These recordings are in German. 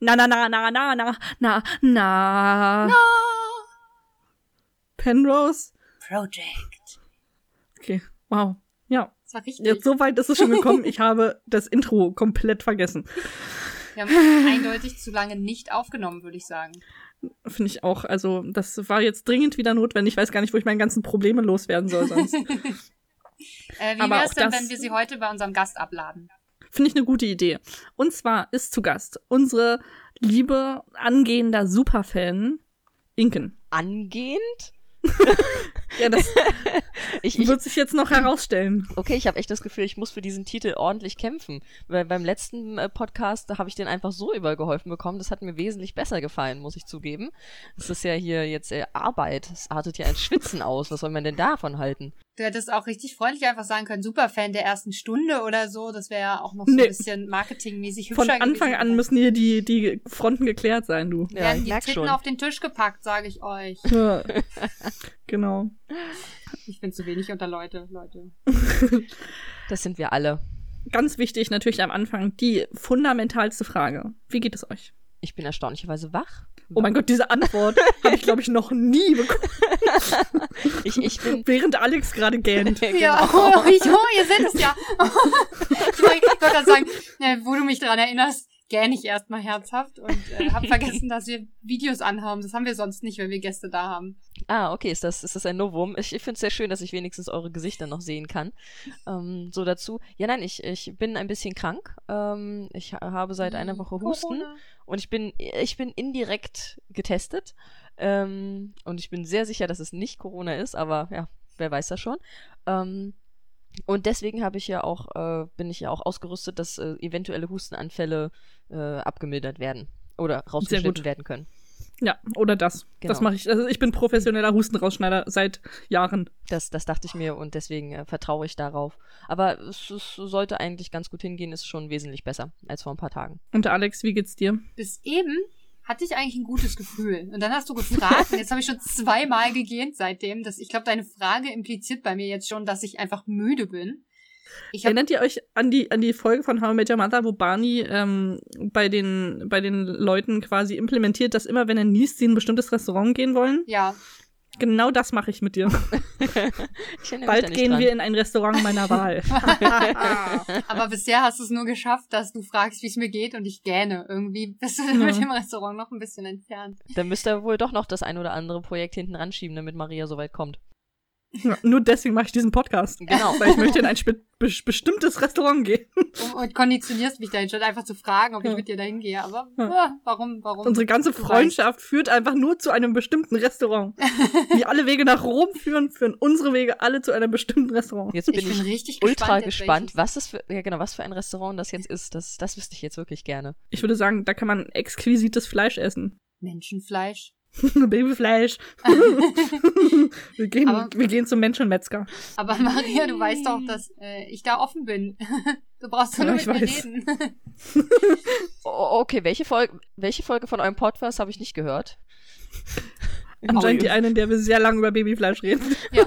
Na, na, na, na, na, na, na, na. No. Penrose? Project. Okay, wow. Ja, Das war richtig. jetzt so weit ist es schon gekommen. Ich habe das Intro komplett vergessen. Wir haben eindeutig zu lange nicht aufgenommen, würde ich sagen. Finde ich auch. Also, das war jetzt dringend wieder notwendig. Ich weiß gar nicht, wo ich meine ganzen Probleme loswerden soll sonst. Äh, wie Aber wäre es auch denn, das- wenn wir sie heute bei unserem Gast abladen? Finde ich eine gute Idee. Und zwar ist zu Gast unsere liebe angehender Superfan Inken. Angehend? Ja, das Ich, ich, wird sich jetzt noch herausstellen. okay, ich habe echt das Gefühl, ich muss für diesen Titel ordentlich kämpfen. Weil beim letzten äh, Podcast da habe ich den einfach so übergeholfen bekommen. Das hat mir wesentlich besser gefallen, muss ich zugeben. Das ist ja hier jetzt äh, Arbeit. Es artet ja ein Schwitzen aus. Was soll man denn davon halten? Du hättest auch richtig freundlich einfach sagen können, Superfan der ersten Stunde oder so. Das wäre ja auch noch so Nee. ein bisschen marketingmäßig hübscher Von Anfang gewesen. an müssen hier die, die Fronten geklärt sein, du. Ja, werden ich die merk Titten schon. auf den Tisch gepackt, sage ich euch. Ja. genau. Ich bin zu wenig unter Leute, Leute. Das sind wir alle. Ganz wichtig natürlich am Anfang die fundamentalste Frage. Wie geht es euch? Ich bin erstaunlicherweise wach. Oh mein Gott, diese Antwort habe ich, glaube ich, noch nie bekommen, Ich, ich bin. während Alex gerade gähnt. Genau. Ja, oh, ich, oh, ihr seht es ja. ich wollte ich wollte gerade sagen, äh, wo du mich daran erinnerst, gähn ich erstmal herzhaft und äh, hab vergessen, dass wir Videos anhaben. Das haben wir sonst nicht, wenn wir Gäste da haben. Ah, okay, ist das, ist das ein Novum? Ich, ich finde es sehr schön, dass ich wenigstens eure Gesichter noch sehen kann. Ähm, so dazu. Ja, nein, ich, ich bin ein bisschen krank. Ähm, ich ha- habe seit einer Woche Husten Mhm. Corona. und ich bin, ich bin indirekt getestet. Ähm, und ich bin sehr sicher, dass es nicht Corona ist, aber ja, wer weiß das schon. Ähm, und deswegen habe ich ja auch, äh, bin ich ja auch ausgerüstet, dass äh, eventuelle Hustenanfälle äh, abgemildert werden oder rausgeschnitten gut. werden können. Ja, oder das. Genau. Das mache ich. Also ich bin professioneller Hustenrausschneider seit Jahren. Das, das dachte ich mir und deswegen äh, vertraue ich darauf. Aber es, es sollte eigentlich ganz gut hingehen, ist schon wesentlich besser als vor ein paar Tagen. Und Alex, wie geht's dir? Bis eben hatte ich eigentlich ein gutes Gefühl. Und dann hast du gefragt, und jetzt habe ich schon zweimal gegähnt seitdem. Dass, ich glaube, deine Frage impliziert bei mir jetzt schon, dass ich einfach müde bin. Ich hab, Erinnert ihr euch an die, an die Folge von How I Met Your Mother, wo Barney ähm, bei, den, bei den Leuten quasi implementiert, dass immer, wenn er niest, sie in ein bestimmtes Restaurant gehen wollen? ja, Genau das mache ich mit dir. Ich erinnere mich da Bald nicht gehen dran. wir in ein Restaurant meiner Wahl. Aber bisher hast du es nur geschafft, dass du fragst, wie es mir geht und ich gähne. Irgendwie bist du mit Mhm. dem Restaurant noch ein bisschen entfernt. Dann müsst ihr wohl doch noch das ein oder andere Projekt hinten ranschieben, damit Maria so weit kommt. Ja, nur deswegen mache ich diesen Podcast. Genau. Weil ich möchte in ein spe- be bestimmtes Restaurant gehen. Und, und konditionierst mich dahin schon einfach zu fragen, ob ich Ja. mit dir dahin gehe. Aber Ja. ah, warum, warum? Unsere ganze Du weißt. Freundschaft führt einfach nur zu einem bestimmten Restaurant. Wie alle Wege nach Rom führen, führen unsere Wege alle zu einem bestimmten Restaurant. Jetzt bin ich ich, bin richtig ultra gespannt, jetzt gespannt, was es für, ja genau, was für ein Restaurant das jetzt ist. Das, das wüsste ich jetzt wirklich gerne. Ich würde sagen, da kann man exquisites Fleisch essen. welches. Menschenfleisch. Babyfleisch. wir, gehen, Aber- wir gehen zum Menschenmetzger. Aber Maria, du weißt doch, dass äh, ich da offen bin. du brauchst Ja, doch nur ich mit mir weiß. reden. Oh, okay, welche Folge, welche Folge von eurem Podcast habe ich nicht gehört? Oh, Anscheinend die eine, in der wir sehr lange über Babyfleisch reden. ja,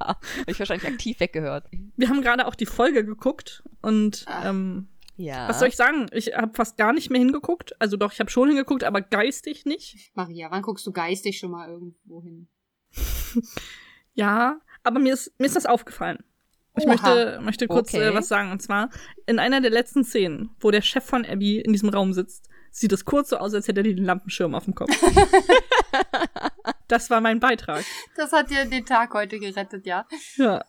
habe ich wahrscheinlich aktiv weggehört. Wir haben gerade auch die Folge geguckt und Ah. ähm, Ja. was soll ich sagen? Ich habe fast gar nicht mehr hingeguckt. Also doch, ich habe schon hingeguckt, aber geistig nicht. Maria, wann guckst du geistig schon mal irgendwo hin? Ja, aber mir ist, mir ist das aufgefallen. Ich Oha. möchte, möchte kurz Okay. äh, was sagen. Und zwar, in einer der letzten Szenen, wo der Chef von Abby in diesem Raum sitzt, sieht es kurz so aus, als hätte er den Lampenschirm auf dem Kopf. das war mein Beitrag. Das hat dir den Tag heute gerettet, ja? Ja.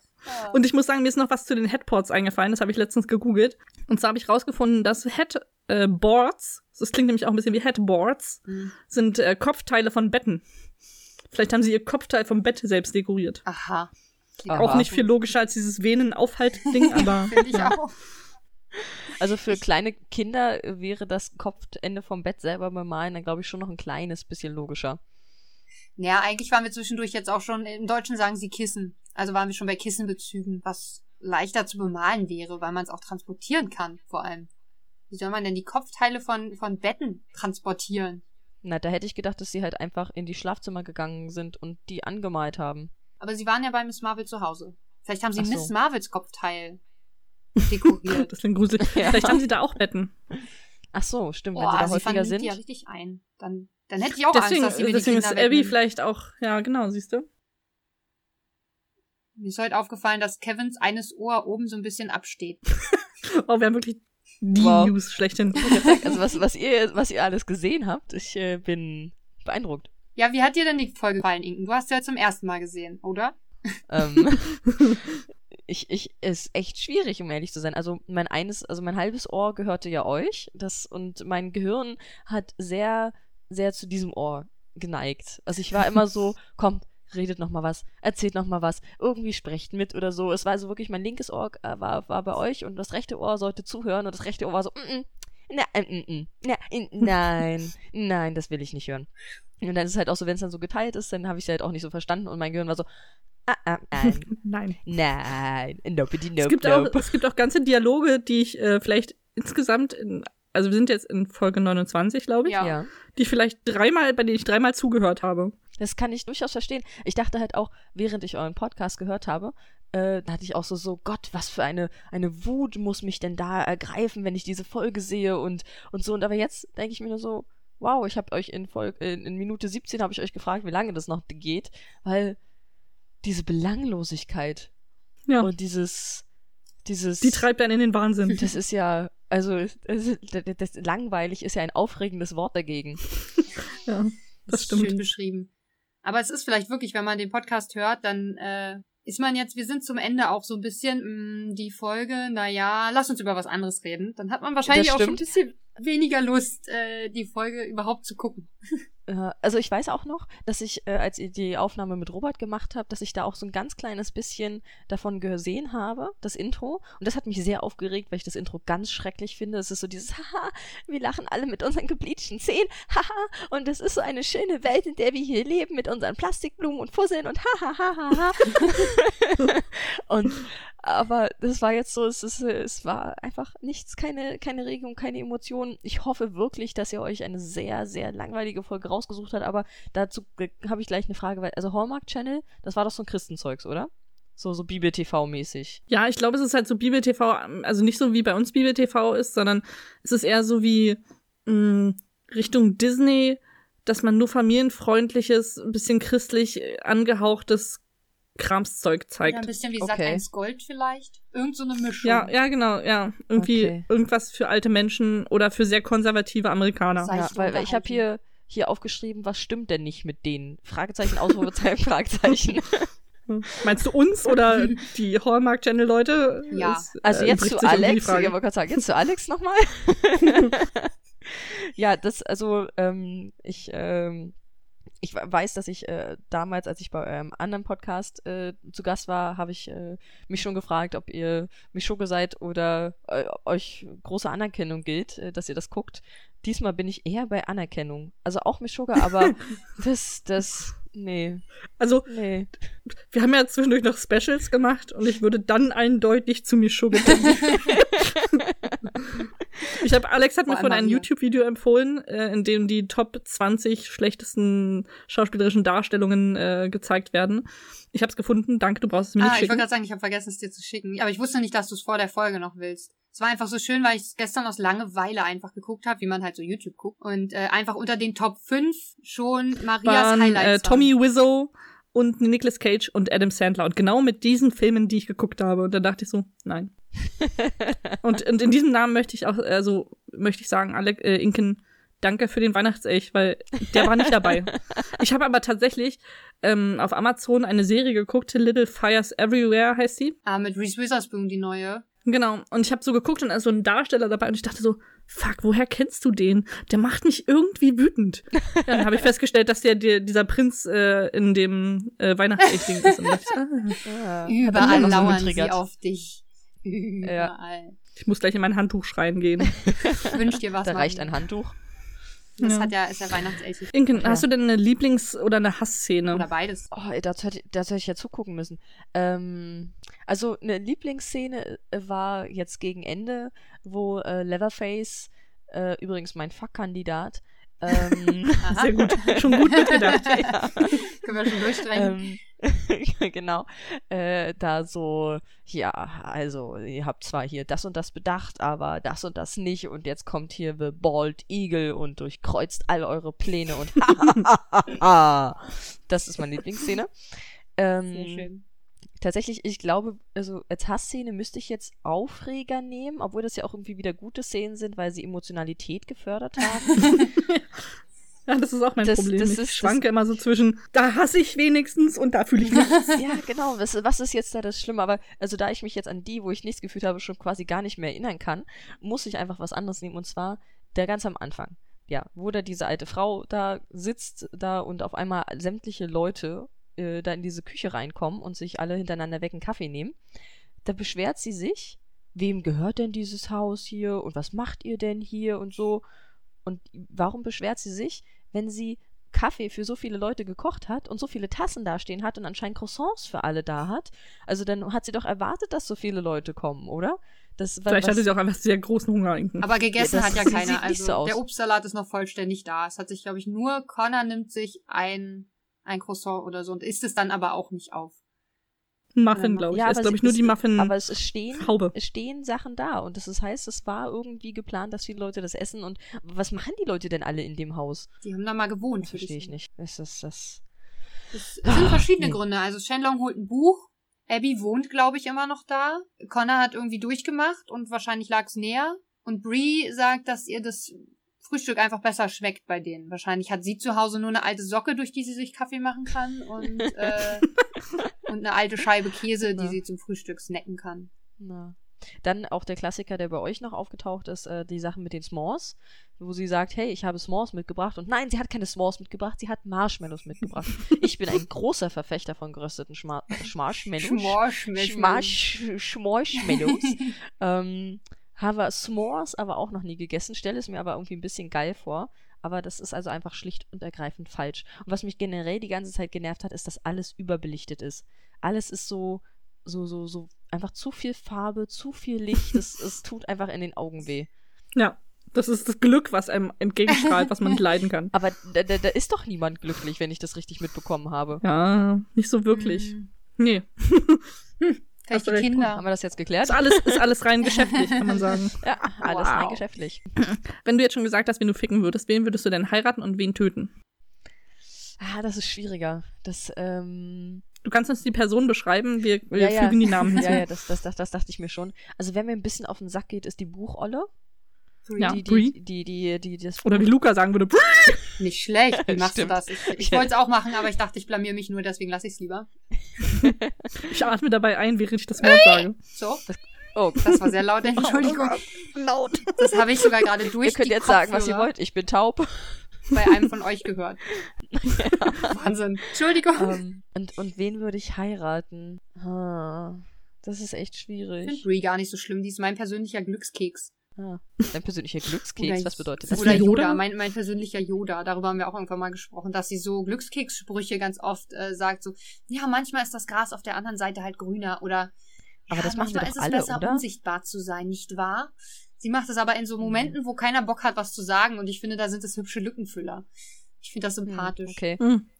Und ich muss sagen, mir ist noch was zu den Headports eingefallen. Das habe ich letztens gegoogelt. Und zwar habe ich rausgefunden, dass Headboards, äh, Boards, das klingt nämlich auch ein bisschen wie Headboards, Hm. sind äh, Kopfteile von Betten. Vielleicht haben sie ihr Kopfteil vom Bett selbst dekoriert. Aha. Aha. Auch nicht viel logischer als dieses Venen-Aufhalt-Ding, aber Finde ich auch. Also für kleine Kinder wäre das Kopfende vom Bett selber bemalen dann glaube ich schon noch ein kleines bisschen logischer. Ja, eigentlich waren wir zwischendurch jetzt auch schon, im Deutschen sagen sie Kissen. Also waren wir schon bei Kissenbezügen, was leichter zu bemalen wäre, weil man es auch transportieren kann, vor allem. Wie soll man denn die Kopfteile von, von Betten transportieren? Na, da hätte ich gedacht, dass sie halt einfach in die Schlafzimmer gegangen sind und die angemalt haben. Aber sie waren ja bei Miss Marvel zu Hause. Vielleicht haben sie Ach so. Miss Marvels Kopfteil dekoriert. das klingt gruselig. Ja. Vielleicht haben sie da auch Betten. Ach so, stimmt, wenn Boah, sie da sie häufiger fanden sind. die ja richtig ein. Dann, dann hätte ich auch deswegen Angst, dass sie mir deswegen die Kinder ist Abby wegnehmen. vielleicht auch, ja, genau, siehst du. Mir ist heute aufgefallen, dass Kevins eines Ohr oben so ein bisschen absteht. Oh, wir haben wirklich die Wow. News schlechthin. Also was, was, ihr, was ihr alles gesehen habt, ich äh, bin beeindruckt. Ja, wie hat dir denn die Folge gefallen, Inken? Du hast sie ja zum ersten Mal gesehen, oder? Ähm, ich, ich, ist echt schwierig, um ehrlich zu sein. Also mein eines, also mein halbes Ohr gehörte ja euch, das und mein Gehirn hat sehr, sehr zu diesem Ohr geneigt. Also ich war immer so, komm, redet noch mal was, erzählt noch mal was, irgendwie sprecht mit oder so. Es war also wirklich mein linkes Ohr äh, war, war bei euch und das rechte Ohr sollte zuhören und das rechte Ohr war so, mm, mm, na, mm, mm, na, mm, nein, nein, das will ich nicht hören. Und dann ist es halt auch so, wenn es dann so geteilt ist, dann habe ich es halt auch nicht so verstanden und mein Gehirn war so, ah, ah, Nein. nein, Nein, nope, die nope, Es gibt, nope. auch, es gibt auch ganze Dialoge, die ich äh, vielleicht insgesamt, in, also wir sind jetzt in Folge 29, glaube ich, Ja. ja, die ich vielleicht dreimal, bei denen ich dreimal zugehört habe. das kann ich durchaus verstehen. Ich dachte halt auch, während ich euren Podcast gehört habe, äh, da hatte ich auch so, so Gott, was für eine, eine Wut muss mich denn da ergreifen, wenn ich diese Folge sehe und, und so. Und aber jetzt denke ich mir nur so, wow, ich habe euch in, Folge, in, in Minute 17 habe ich euch gefragt, wie lange das noch geht, weil diese Belanglosigkeit Ja. und dieses, dieses... Die treibt einen in den Wahnsinn. Das ist ja, also das, das, das langweilig ist ja ein aufregendes Wort dagegen. ja. Das stimmt. Schön beschrieben. Aber es ist vielleicht wirklich, wenn man den Podcast hört, dann äh, ist man jetzt, wir sind zum Ende auch so ein bisschen mh, die Folge, naja, lass uns über was anderes reden. Dann hat man wahrscheinlich Das auch schon ein stimmt. bisschen weniger Lust, äh, die Folge überhaupt zu gucken. Äh, Also ich weiß auch noch, dass ich, äh, als ihr die Aufnahme mit Robert gemacht habt, dass ich da auch so ein ganz kleines bisschen davon gesehen habe, das Intro. Und das hat mich sehr aufgeregt, weil ich das Intro ganz schrecklich finde. Es ist so dieses, haha, wir lachen alle mit unseren gebleachten Zähnen, haha, und das ist so eine schöne Welt, in der wir hier leben mit unseren Plastikblumen und Fusseln und hahaha. und aber das war jetzt so, es, ist, äh, es war einfach nichts, keine, keine Regung, keine Emotionen. Ich hoffe wirklich, dass ihr euch eine sehr, sehr langweilige Folge rausgesucht habt, aber dazu ge- habe ich gleich eine Frage, weil, also Hallmark Channel, das war doch so ein Christenzeugs, oder? So, so Bibel-TV-mäßig. Ja, ich glaube, es ist halt so Bibel TV, also nicht so wie bei uns Bibel TV ist, sondern es ist eher so wie mh, Richtung Disney, dass man nur familienfreundliches, ein bisschen christlich äh, angehauchtes Kramszeug Ja, zeigt. ein bisschen wie Okay. Sack ins Gold vielleicht. Irgend so eine Mischung. Ah, Ja, ja, genau, ja. Irgendwie Okay. irgendwas für alte Menschen oder für sehr konservative Amerikaner. Sei- Ja, Seichte weil, weil ich habe hier, hier aufgeschrieben, was stimmt denn nicht mit denen? Fragezeichen, Ausrufezeichen, Fragezeichen. Hm. Meinst du uns oder die Hallmark-Channel-Leute? Ja. Es, äh, Also jetzt bricht zu sich irgendwie die Alex, ich Frage. wollte gerade sagen, jetzt zu Alex nochmal. ja, das, also ähm, ich, ähm, ich we- weiß, dass ich äh, damals, als ich bei eurem anderen Podcast äh, zu Gast war, habe ich äh, mich schon gefragt, ob ihr Mischugge seid oder äh, euch große Anerkennung gilt, äh, dass ihr das guckt. Diesmal bin ich eher bei Anerkennung. Also auch Mischugge, aber das, das, nee, Also, nee. wir haben ja zwischendurch noch Specials gemacht und ich würde dann eindeutig zu Mischugge kommen. ich habe Alex hat Vor mir allem von bei einem mir. YouTube-Video empfohlen, äh, in dem die Top 20 schlechtesten schauspielerischen Darstellungen äh, gezeigt werden. Ich habe es gefunden. Danke, du brauchst es mir Ah, nicht ich wollte schicken. gerade sagen, ich habe vergessen, es dir zu schicken. Aber ich wusste nicht, dass du es vor der Folge noch willst. Es war einfach so schön, weil ich es gestern aus Langeweile einfach geguckt habe, wie man halt so YouTube guckt. Und äh, einfach unter den Top 5 schon Marias Waren, äh, Highlights. Tommy Wiseau und Nicolas Cage und Adam Sandler. Und genau mit diesen Filmen, die ich geguckt habe. Und dann dachte ich so, nein. und, und in diesem Namen möchte ich auch, also möchte ich sagen, Alec, äh, Inken, danke für den Weihnachtselch, weil der war nicht dabei. Ich habe aber tatsächlich ähm, auf Amazon eine Serie geguckt, Little Fires Everywhere heißt sie. Ah, mit Reese Witherspoon, die neue. Genau. Und ich habe so geguckt und da ist so ein Darsteller dabei und ich dachte so, fuck, woher kennst du den? Der macht mich irgendwie wütend. Ja, dann habe ich festgestellt, dass der, der dieser Prinz äh, in dem äh, Weihnachtsechtding ist. Und dachte, ich, ah, Ja, hat mich Überall einfach so lauern sie getriggert. auf dich. Überall. ich muss gleich in mein Handtuch schreien gehen. Ich wünsch dir was. Da reicht Mann. ein Handtuch. Das Ja. hat ja, ist ja Weihnachtselch. Inken, Ja. hast du denn eine Lieblings- oder eine Oder Hassszene? beides. Oh, ey, das hätte, das hätte ich ja zugucken müssen. Ähm, also eine Lieblingsszene äh, war jetzt gegen Ende, wo äh, Leatherface, äh, übrigens mein Fuck-Kandidat, Ähm, Aha. Sehr gut. Schon gut mitgedacht. ja. Können wir schon durchstreichen. ähm, genau, äh, da so, ja, also ihr habt zwar hier das und das bedacht, aber das und das nicht und jetzt kommt hier The Bald Eagle und durchkreuzt all eure Pläne und das ist meine Lieblingsszene. Ähm, Sehr schön. Tatsächlich, ich glaube, also als Hassszene müsste ich jetzt Aufreger nehmen, obwohl das ja auch irgendwie wieder gute Szenen sind, weil sie Emotionalität gefördert haben. Ja, das ist auch mein Das- Problem. das ist- ich schwanke immer so zwischen, da hasse ich wenigstens und da fühle ich mich. ja, genau. Was, was ist jetzt da das Schlimme? Aber also da ich mich jetzt an die, wo ich nichts gefühlt habe, schon quasi gar nicht mehr erinnern kann, muss ich einfach was anderes nehmen. Und zwar der ganz am Anfang. Ja, wo da diese alte Frau da sitzt da und auf einmal sämtliche Leute äh, da in diese Küche reinkommen und sich alle hintereinander weg einen Kaffee nehmen. Da beschwert sie sich, wem gehört denn dieses Haus hier und was macht ihr denn hier und so. Und warum beschwert sie sich, wenn sie Kaffee für so viele Leute gekocht hat und so viele Tassen dastehen hat und anscheinend Croissants für alle da hat? Also dann hat sie doch erwartet, dass so viele Leute kommen, oder? Das, wa- Vielleicht was- hatte sie auch einfach sehr großen Hunger. Inken. Aber gegessen Ja, das hat ja sieht keiner. nicht Also so aus. der Obstsalat ist noch vollständig da. Es hat sich, glaube ich, nur Connor nimmt sich ein, ein Croissant oder so und isst es dann aber auch nicht auf. Muffin, glaube ich. Ja, ist, aber glaube sie- ich, nur es- die Muffin. Aber es es stehen, Haube. es stehen Sachen da. Und das ist- heißt, es war irgendwie geplant, dass viele Leute das essen. Und was machen die Leute denn alle in dem Haus? Die haben da mal gewohnt. Das würde verstehe ich sagen. nicht. Es ist das. Es, es Ah, sind verschiedene Nee. Gründe. Also Shenlong holt ein Buch. Abby wohnt, glaube ich, immer noch da. Connor hat irgendwie durchgemacht und wahrscheinlich lag es näher. Und Bree sagt, dass ihr das Frühstück einfach besser schmeckt bei denen. Wahrscheinlich hat sie zu Hause nur eine alte Socke, durch die sie sich Kaffee machen kann und, äh, und eine alte Scheibe Käse, die Ja. sie zum Frühstück snacken kann. Na. Dann auch der Klassiker, der bei euch noch aufgetaucht ist, äh, die Sachen mit den S'mores, wo sie sagt, hey, ich habe S'mores mitgebracht. Und nein, sie hat keine S'mores mitgebracht, sie hat Marshmallows mitgebracht. ich bin ein großer Verfechter von gerösteten Schma Schmarshmallows. Schmorschmisch. Schmasch- Schmorschmellos. ähm, habe S'mores aber auch noch nie gegessen, stelle es mir aber irgendwie ein bisschen geil vor. Aber das ist also einfach schlicht und ergreifend falsch. Und was mich generell die ganze Zeit genervt hat, ist, dass alles überbelichtet ist. Alles ist so, so, so, so, einfach zu viel Farbe, zu viel Licht. Es, es tut einfach in den Augen weh. ja, das ist das Glück, was einem entgegenstrahlt, was man nicht leiden kann. Aber da, da, da ist doch niemand glücklich, wenn ich das richtig mitbekommen habe. Ja, nicht so wirklich. Hm, Nee. Hast Vielleicht du die recht. Haben Kinder. wir das jetzt geklärt? Ist alles, ist alles rein geschäftlich, kann man sagen. Ja, alles Wow. rein geschäftlich. Wenn du jetzt schon gesagt hast, wen du ficken würdest, wen würdest du denn heiraten und wen töten? Ah, das ist schwieriger. Das, ähm, Du kannst uns die Person beschreiben, wir, wir Ja, ja. fügen die Namen hinzu. Ja, ja, das, das, das, das dachte ich mir schon. Also, wer mir ein bisschen auf den Sack geht, ist die Bucholle. Bree. Ja. die, Bree. die, die, die, die, das Oder wie Luca sagen würde, Nicht schlecht. Wie machst Stimmt. du das? Ich, ich wollte es auch machen, aber ich dachte, ich blamier mich nur, deswegen lasse ich es lieber. ich atme dabei ein, während ich das Äh! Wort sage. So. Oh, Das war sehr laut, Entschuldigung. Laut. Das habe ich sogar gerade durch ihr könnt die jetzt sagen, was ihr Kopfhörer wollt. Ich bin taub. bei einem von euch gehört. Wahnsinn. Entschuldigung. ähm, und, und wen würde ich heiraten? Hm, Das ist echt ich finde schwierig. Brie gar nicht so schlimm. Die ist mein persönlicher Glückskeks. Dein persönlicher Glückskeks, Oder- was bedeutet das? Ist Oder die Yoda, Yoda? Mein, mein persönlicher Yoda. Darüber haben wir auch irgendwann mal gesprochen, dass sie so Glückskeks-Sprüche ganz oft äh, sagt. So, ja, manchmal ist das Gras auf der anderen Seite halt grüner. Oder Aber ja, das machen wir manchmal doch ist alle, es besser, oder? Mhm. unsichtbar zu sein, nicht wahr? Sie macht es aber in so Momenten, wo keiner Bock hat, was zu sagen. Und ich finde, da sind es hübsche Lückenfüller. Ich finde das Hm, sympathisch. Okay. Hm.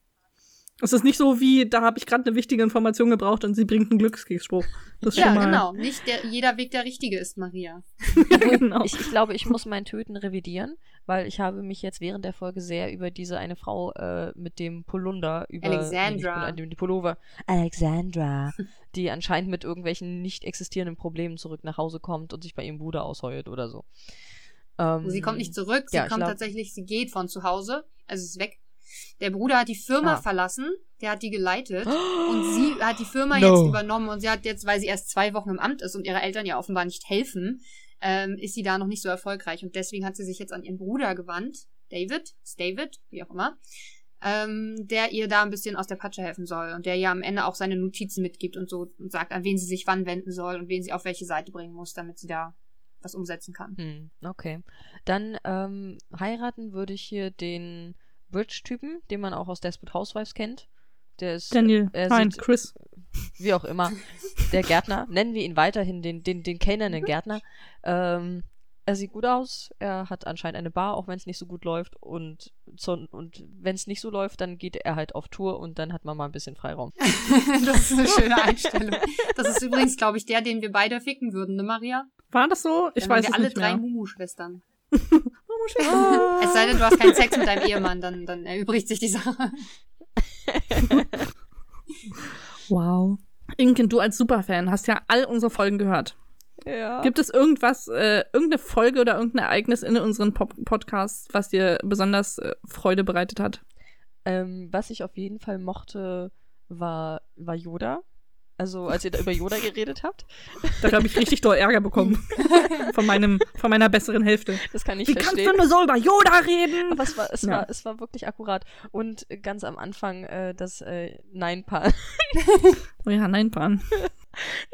Es ist nicht so wie, da habe ich gerade eine wichtige Information gebraucht und sie bringt einen Glückskriegsspruch. Das ist Ja, schon mal. genau. Nicht der, jeder Weg der richtige ist, Maria. genau. Ich, ich glaube, ich muss mein Töten revidieren, weil ich habe mich jetzt während der Folge sehr über diese eine Frau äh, mit dem Polunder über Alexandra. Nee, nicht Polunder, dem- die Pullover Alexandra, die anscheinend mit irgendwelchen nicht existierenden Problemen zurück nach Hause kommt und sich bei ihrem Bruder ausheult oder so. Ähm, Also Sie kommt nicht zurück, sie Ja, ich kommt glaub- tatsächlich, sie geht von zu Hause, also ist weg. Der Bruder hat die Firma Ah. verlassen, der hat die geleitet und sie hat die Firma No. jetzt übernommen und sie hat jetzt, weil sie erst zwei Wochen im Amt ist und ihre Eltern ja offenbar nicht helfen, ähm, ist sie da noch nicht so erfolgreich und deswegen hat sie sich jetzt an ihren Bruder gewandt, David, ist David, wie auch immer, ähm, der ihr da ein bisschen aus der Patsche helfen soll und der ihr am Ende auch seine Notizen mitgibt und so und sagt, an wen sie sich wann wenden soll und wen sie auf welche Seite bringen muss, damit sie da was umsetzen kann. Hm, okay. Dann ähm, heiraten würde ich hier den Bridge-Typen, den man auch aus Desperate Housewives kennt. Der ist Daniel, äh, Er nein, sieht- Chris. wie auch immer, der Gärtner, nennen wir ihn weiterhin den, den, den kellnernden Gärtner. Ähm, er sieht gut aus, er hat anscheinend eine Bar, auch wenn es nicht so gut läuft. Und, so, und wenn es nicht so läuft, dann geht er halt auf Tour und dann hat man mal ein bisschen Freiraum. das ist eine schöne Einstellung. Das ist übrigens, glaube ich, der, den wir beide ficken würden, ne, Maria? War das so? Ich Dann weiß wären wir es alle nicht drei mehr. Mumu-Schwestern. Ah. Es sei denn, du hast keinen Sex mit deinem Ehemann, dann, dann erübrigt sich die Sache. Wow. Inken, du als Superfan hast ja all unsere Folgen gehört. Ja. Gibt es irgendwas, äh, irgendeine Folge oder irgendein Ereignis in unseren Pop Podcasts, was dir besonders äh, Freude bereitet hat? Ähm, was ich auf jeden Fall mochte, war, war Yoda. Also, als ihr da über Yoda geredet habt, Da habe ich richtig doll Ärger bekommen. von, meinem, von meiner besseren Hälfte. das kann ich Wie kannst verstehen. du nur so über Yoda reden? Aber es war, es, Ja. war, es war wirklich akkurat. Und ganz am Anfang äh, das äh, Nein-Paar. Oh ja, nein, Pan.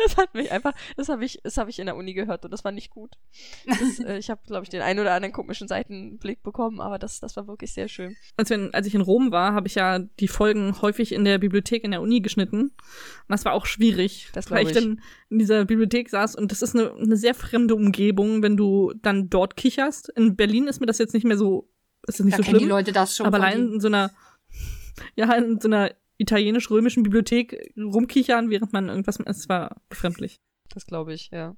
Das hat mich einfach, das habe ich, das habe ich in der Uni gehört und das war nicht gut. Das, äh, ich habe, glaube ich, den einen oder anderen komischen Seitenblick bekommen, aber das, das war wirklich sehr schön. Als, wir, in- als ich in Rom war, habe ich ja die Folgen häufig in der Bibliothek in der Uni geschnitten. Und das war auch schwierig, Das glaub weil ich, ich. dann in dieser Bibliothek saß. Und das ist eine, eine sehr fremde Umgebung, wenn du dann dort kicherst. In Berlin ist mir das jetzt nicht mehr so, ist das nicht Da so kennen die schlimm. Leute das schon. Aber von allein in so einer, ja, in so einer italienisch-römischen Bibliothek rumkichern, während man irgendwas, es war befremdlich. Das glaube ich, ja.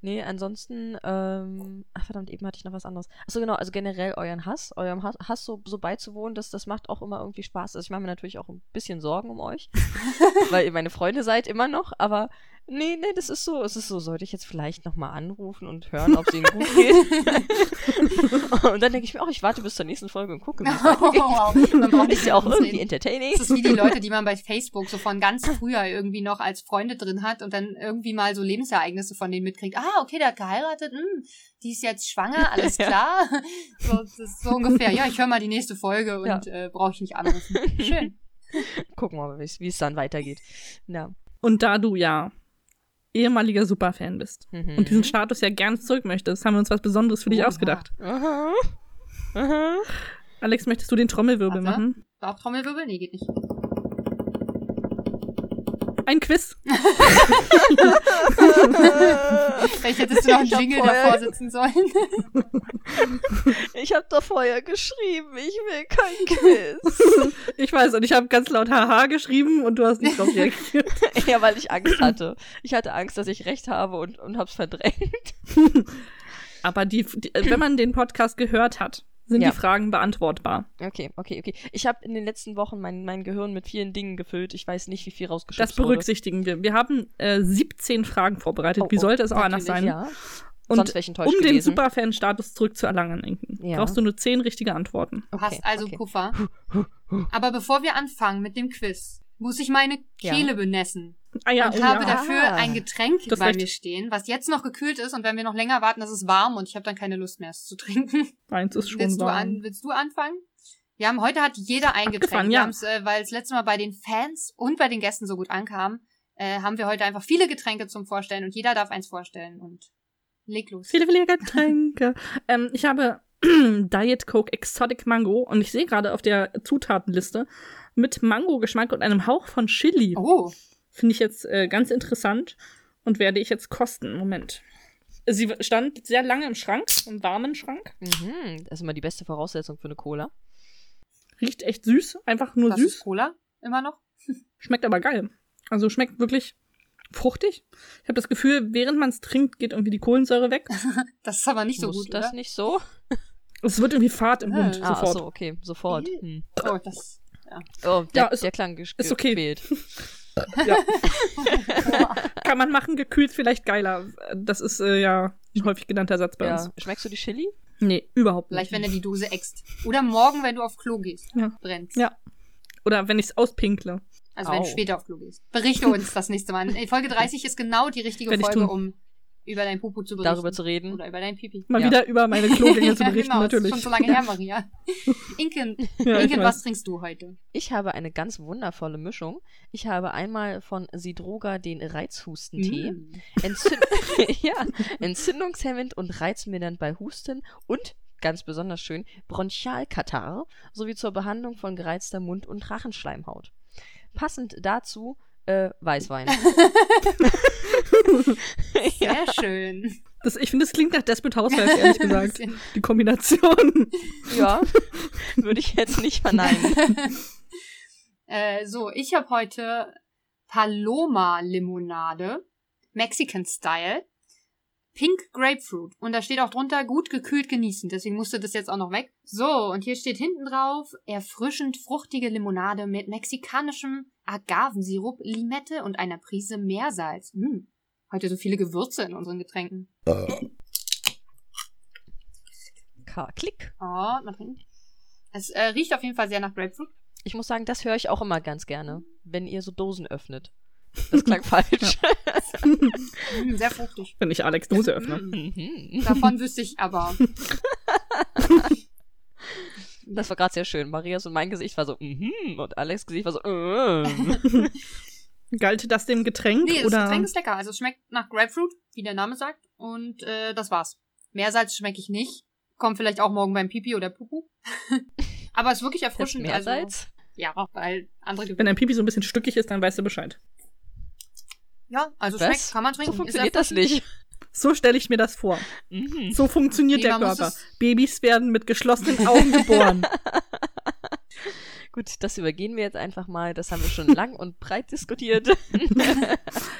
Nee, ansonsten, ähm, ach verdammt, eben hatte ich noch was anderes. Achso, genau, also generell euren Hass, eurem Hass, Hass so, so beizuwohnen, das, das macht auch immer irgendwie Spaß. Also ich mache mir natürlich auch ein bisschen Sorgen um euch, weil ihr meine Freunde seid immer noch, aber nee, nee, das ist so, es ist so, sollte ich jetzt vielleicht nochmal anrufen und hören, ob es ihnen gut geht. und dann denke ich mir auch, ich warte bis zur nächsten Folge und gucke, wie es Oh, wow. Man braucht weitergeht. nicht Ist ja auch mit uns irgendwie reden. entertaining. Das ist wie die Leute, die man bei Facebook so von ganz früher irgendwie noch als Freunde drin hat und dann irgendwie mal so Lebensereignisse von denen mitkriegt. Ah, okay, der hat geheiratet, hm, die ist jetzt schwanger, alles Ja. klar. So, das ist so ungefähr, ja, ich höre mal die nächste Folge und Ja. äh, brauche ich nicht anrufen. Schön. Gucken wir mal, wie's- wie es dann weitergeht. Na, Und da du ja ehemaliger Superfan bist mhm. und diesen Status ja gerne zurück möchtest, haben wir uns was Besonderes für dich Oha. ausgedacht. Aha. Aha. Alex, möchtest du den Trommelwirbel Warte. machen? Auch Trommelwirbel? Nee, geht nicht. Ein Quiz. Vielleicht hättest du noch einen Ich hab Jingle vorher- davor sitzen sollen. Ich habe da vorher geschrieben, ich will kein Quiz. Ich weiß, und ich habe ganz laut Haha geschrieben und du hast nicht drauf reagiert. ja, weil ich Angst hatte. Ich hatte Angst, dass ich recht habe und, und hab's verdrängt. Aber die, die, äh, wenn man den Podcast gehört hat, sind Ja. die Fragen beantwortbar. Okay, okay, okay. Ich habe in den letzten Wochen mein, mein Gehirn mit vielen Dingen gefüllt. Ich weiß nicht, wie viel rausgeschrieben Das berücksichtigen wir. Wir haben äh, 17 Fragen vorbereitet. Oh, Wie oh, sollte es auch anders wurde. sein? Ja. Und Sonst wäre ich enttäuscht um den gewesen. Superfan-Status zurückzuerlangen, Inken, Ja. brauchst du nur 10 richtige Antworten. Okay, Passt also okay. Puffer. Aber bevor wir anfangen mit dem Quiz, muss ich meine Ja. Kehle benessen. Ah ja, und oh habe ja. dafür ein Getränk Das bei reicht. mir stehen, was jetzt noch gekühlt ist und wenn wir noch länger warten, ist es warm und ich habe dann keine Lust mehr, es zu trinken. Meins ist schon willst, du warm. an, willst du anfangen? Wir haben heute hat jeder ein Abgefahren, Getränk, Wir ja. haben's, äh, weil es letztes Mal bei den Fans und bei den Gästen so gut ankam, äh, haben wir heute einfach viele Getränke zum Vorstellen und jeder darf eins vorstellen und leg los. Viele, viele Getränke. ähm, ich habe Diet Coke Exotic Mango und ich sehe gerade auf der Zutatenliste mit Mango-Geschmack und einem Hauch von Chili. Oh, Finde ich jetzt äh, ganz interessant und werde ich jetzt kosten. Moment. Sie stand sehr lange im Schrank, im warmen Schrank. Mhm. Das ist immer die beste Voraussetzung für eine Cola. Riecht echt süß, einfach nur das süß. ist Cola immer noch. Schmeckt aber geil. Also schmeckt wirklich fruchtig. Ich habe das Gefühl, während man es trinkt, geht irgendwie die Kohlensäure weg. Das ist aber nicht so Muss gut, das oder? nicht so? Es wird irgendwie fad im Äh. Mund Ah, ach sofort. so, okay, sofort. Hm. Oh, das Oh, der, Ja, ist- der Klang ist ist okay. Gefehlt. Ja. Kann man machen, gekühlt vielleicht geiler. Das ist äh, ja ein häufig genannter Satz bei uns. Ja. Schmeckst du die Chili? Nee, überhaupt nicht. vielleicht wenn er die Dose äxt. Oder morgen, wenn du auf Klo gehst, Ja. brennt. Ja. Oder wenn ich es auspinkle. Also wenn du Au. später auf Klo gehst. Berichte uns das nächste Mal. Äh, Folge 30 ist genau die richtige Werd ich Folge, tun. um über dein Pupu zu berichten. Darüber zu reden. Oder über dein Pipi. Mal Ja. wieder über meine Klogänge zu berichten, genau, natürlich. Das ist schon so lange her, Maria. Inken, Ja, ich Inken weiß. was trinkst du heute? Ich habe eine ganz wundervolle Mischung. Ich habe einmal von Sidroga den Reizhustentee, Mm. Entzünd ja, entzündungshemmend und reizmindernd bei Husten und ganz besonders schön Bronchialkatarrh sowie zur Behandlung von gereizter Mund- und Rachenschleimhaut. Passend dazu äh, Weißwein. Sehr schön. Das, ich finde, das klingt nach Desperate Housewives, ehrlich gesagt. Die Kombination. Ja, würde ich jetzt nicht verneinen. äh, so, ich habe heute Paloma-Limonade, Mexican-Style, Pink Grapefruit. Und da steht auch drunter, gut gekühlt genießen. Deswegen musste das jetzt auch noch weg. So, und hier steht hinten drauf, erfrischend fruchtige Limonade mit mexikanischem Agavensirup, Limette und einer Prise Meersalz. Hm. Heute so viele Gewürze in unseren Getränken. Ka- Klick. Oh, mal trinken. Es äh, riecht auf jeden Fall sehr nach Grapefruit. Ich muss sagen, das höre ich auch immer ganz gerne, wenn ihr so Dosen öffnet. Das klang falsch. Hm, sehr fruchtig. Wenn ich Alex Dose öffne. Hm, Mhm. davon wüsste ich aber. Das war gerade sehr schön. Marias und mein Gesicht war so, mhm, und Alex Gesicht war so, ähm. Galt das dem Getränk? Nee, das oder? Getränk ist lecker. Also es schmeckt nach Grapefruit, wie der Name sagt. Und äh, das war's. Meersalz schmecke ich nicht. Kommt vielleicht auch morgen beim Pipi oder Pupu. Aber es ist wirklich Das erfrischend. Also, Meersalz. ja, weil andere Wenn Gewürze. dein Pipi so ein bisschen stückig ist, dann weißt du Bescheid. Ja, also Was? schmeckt, kann man trinken. So ist funktioniert das erfrischend. nicht. So stelle ich mir das vor. Mhm. So funktioniert Nee, der man muss Körper. es- Babys werden mit geschlossenen Augen geboren. Gut, das übergehen wir jetzt einfach mal. Das haben wir schon lang und breit diskutiert.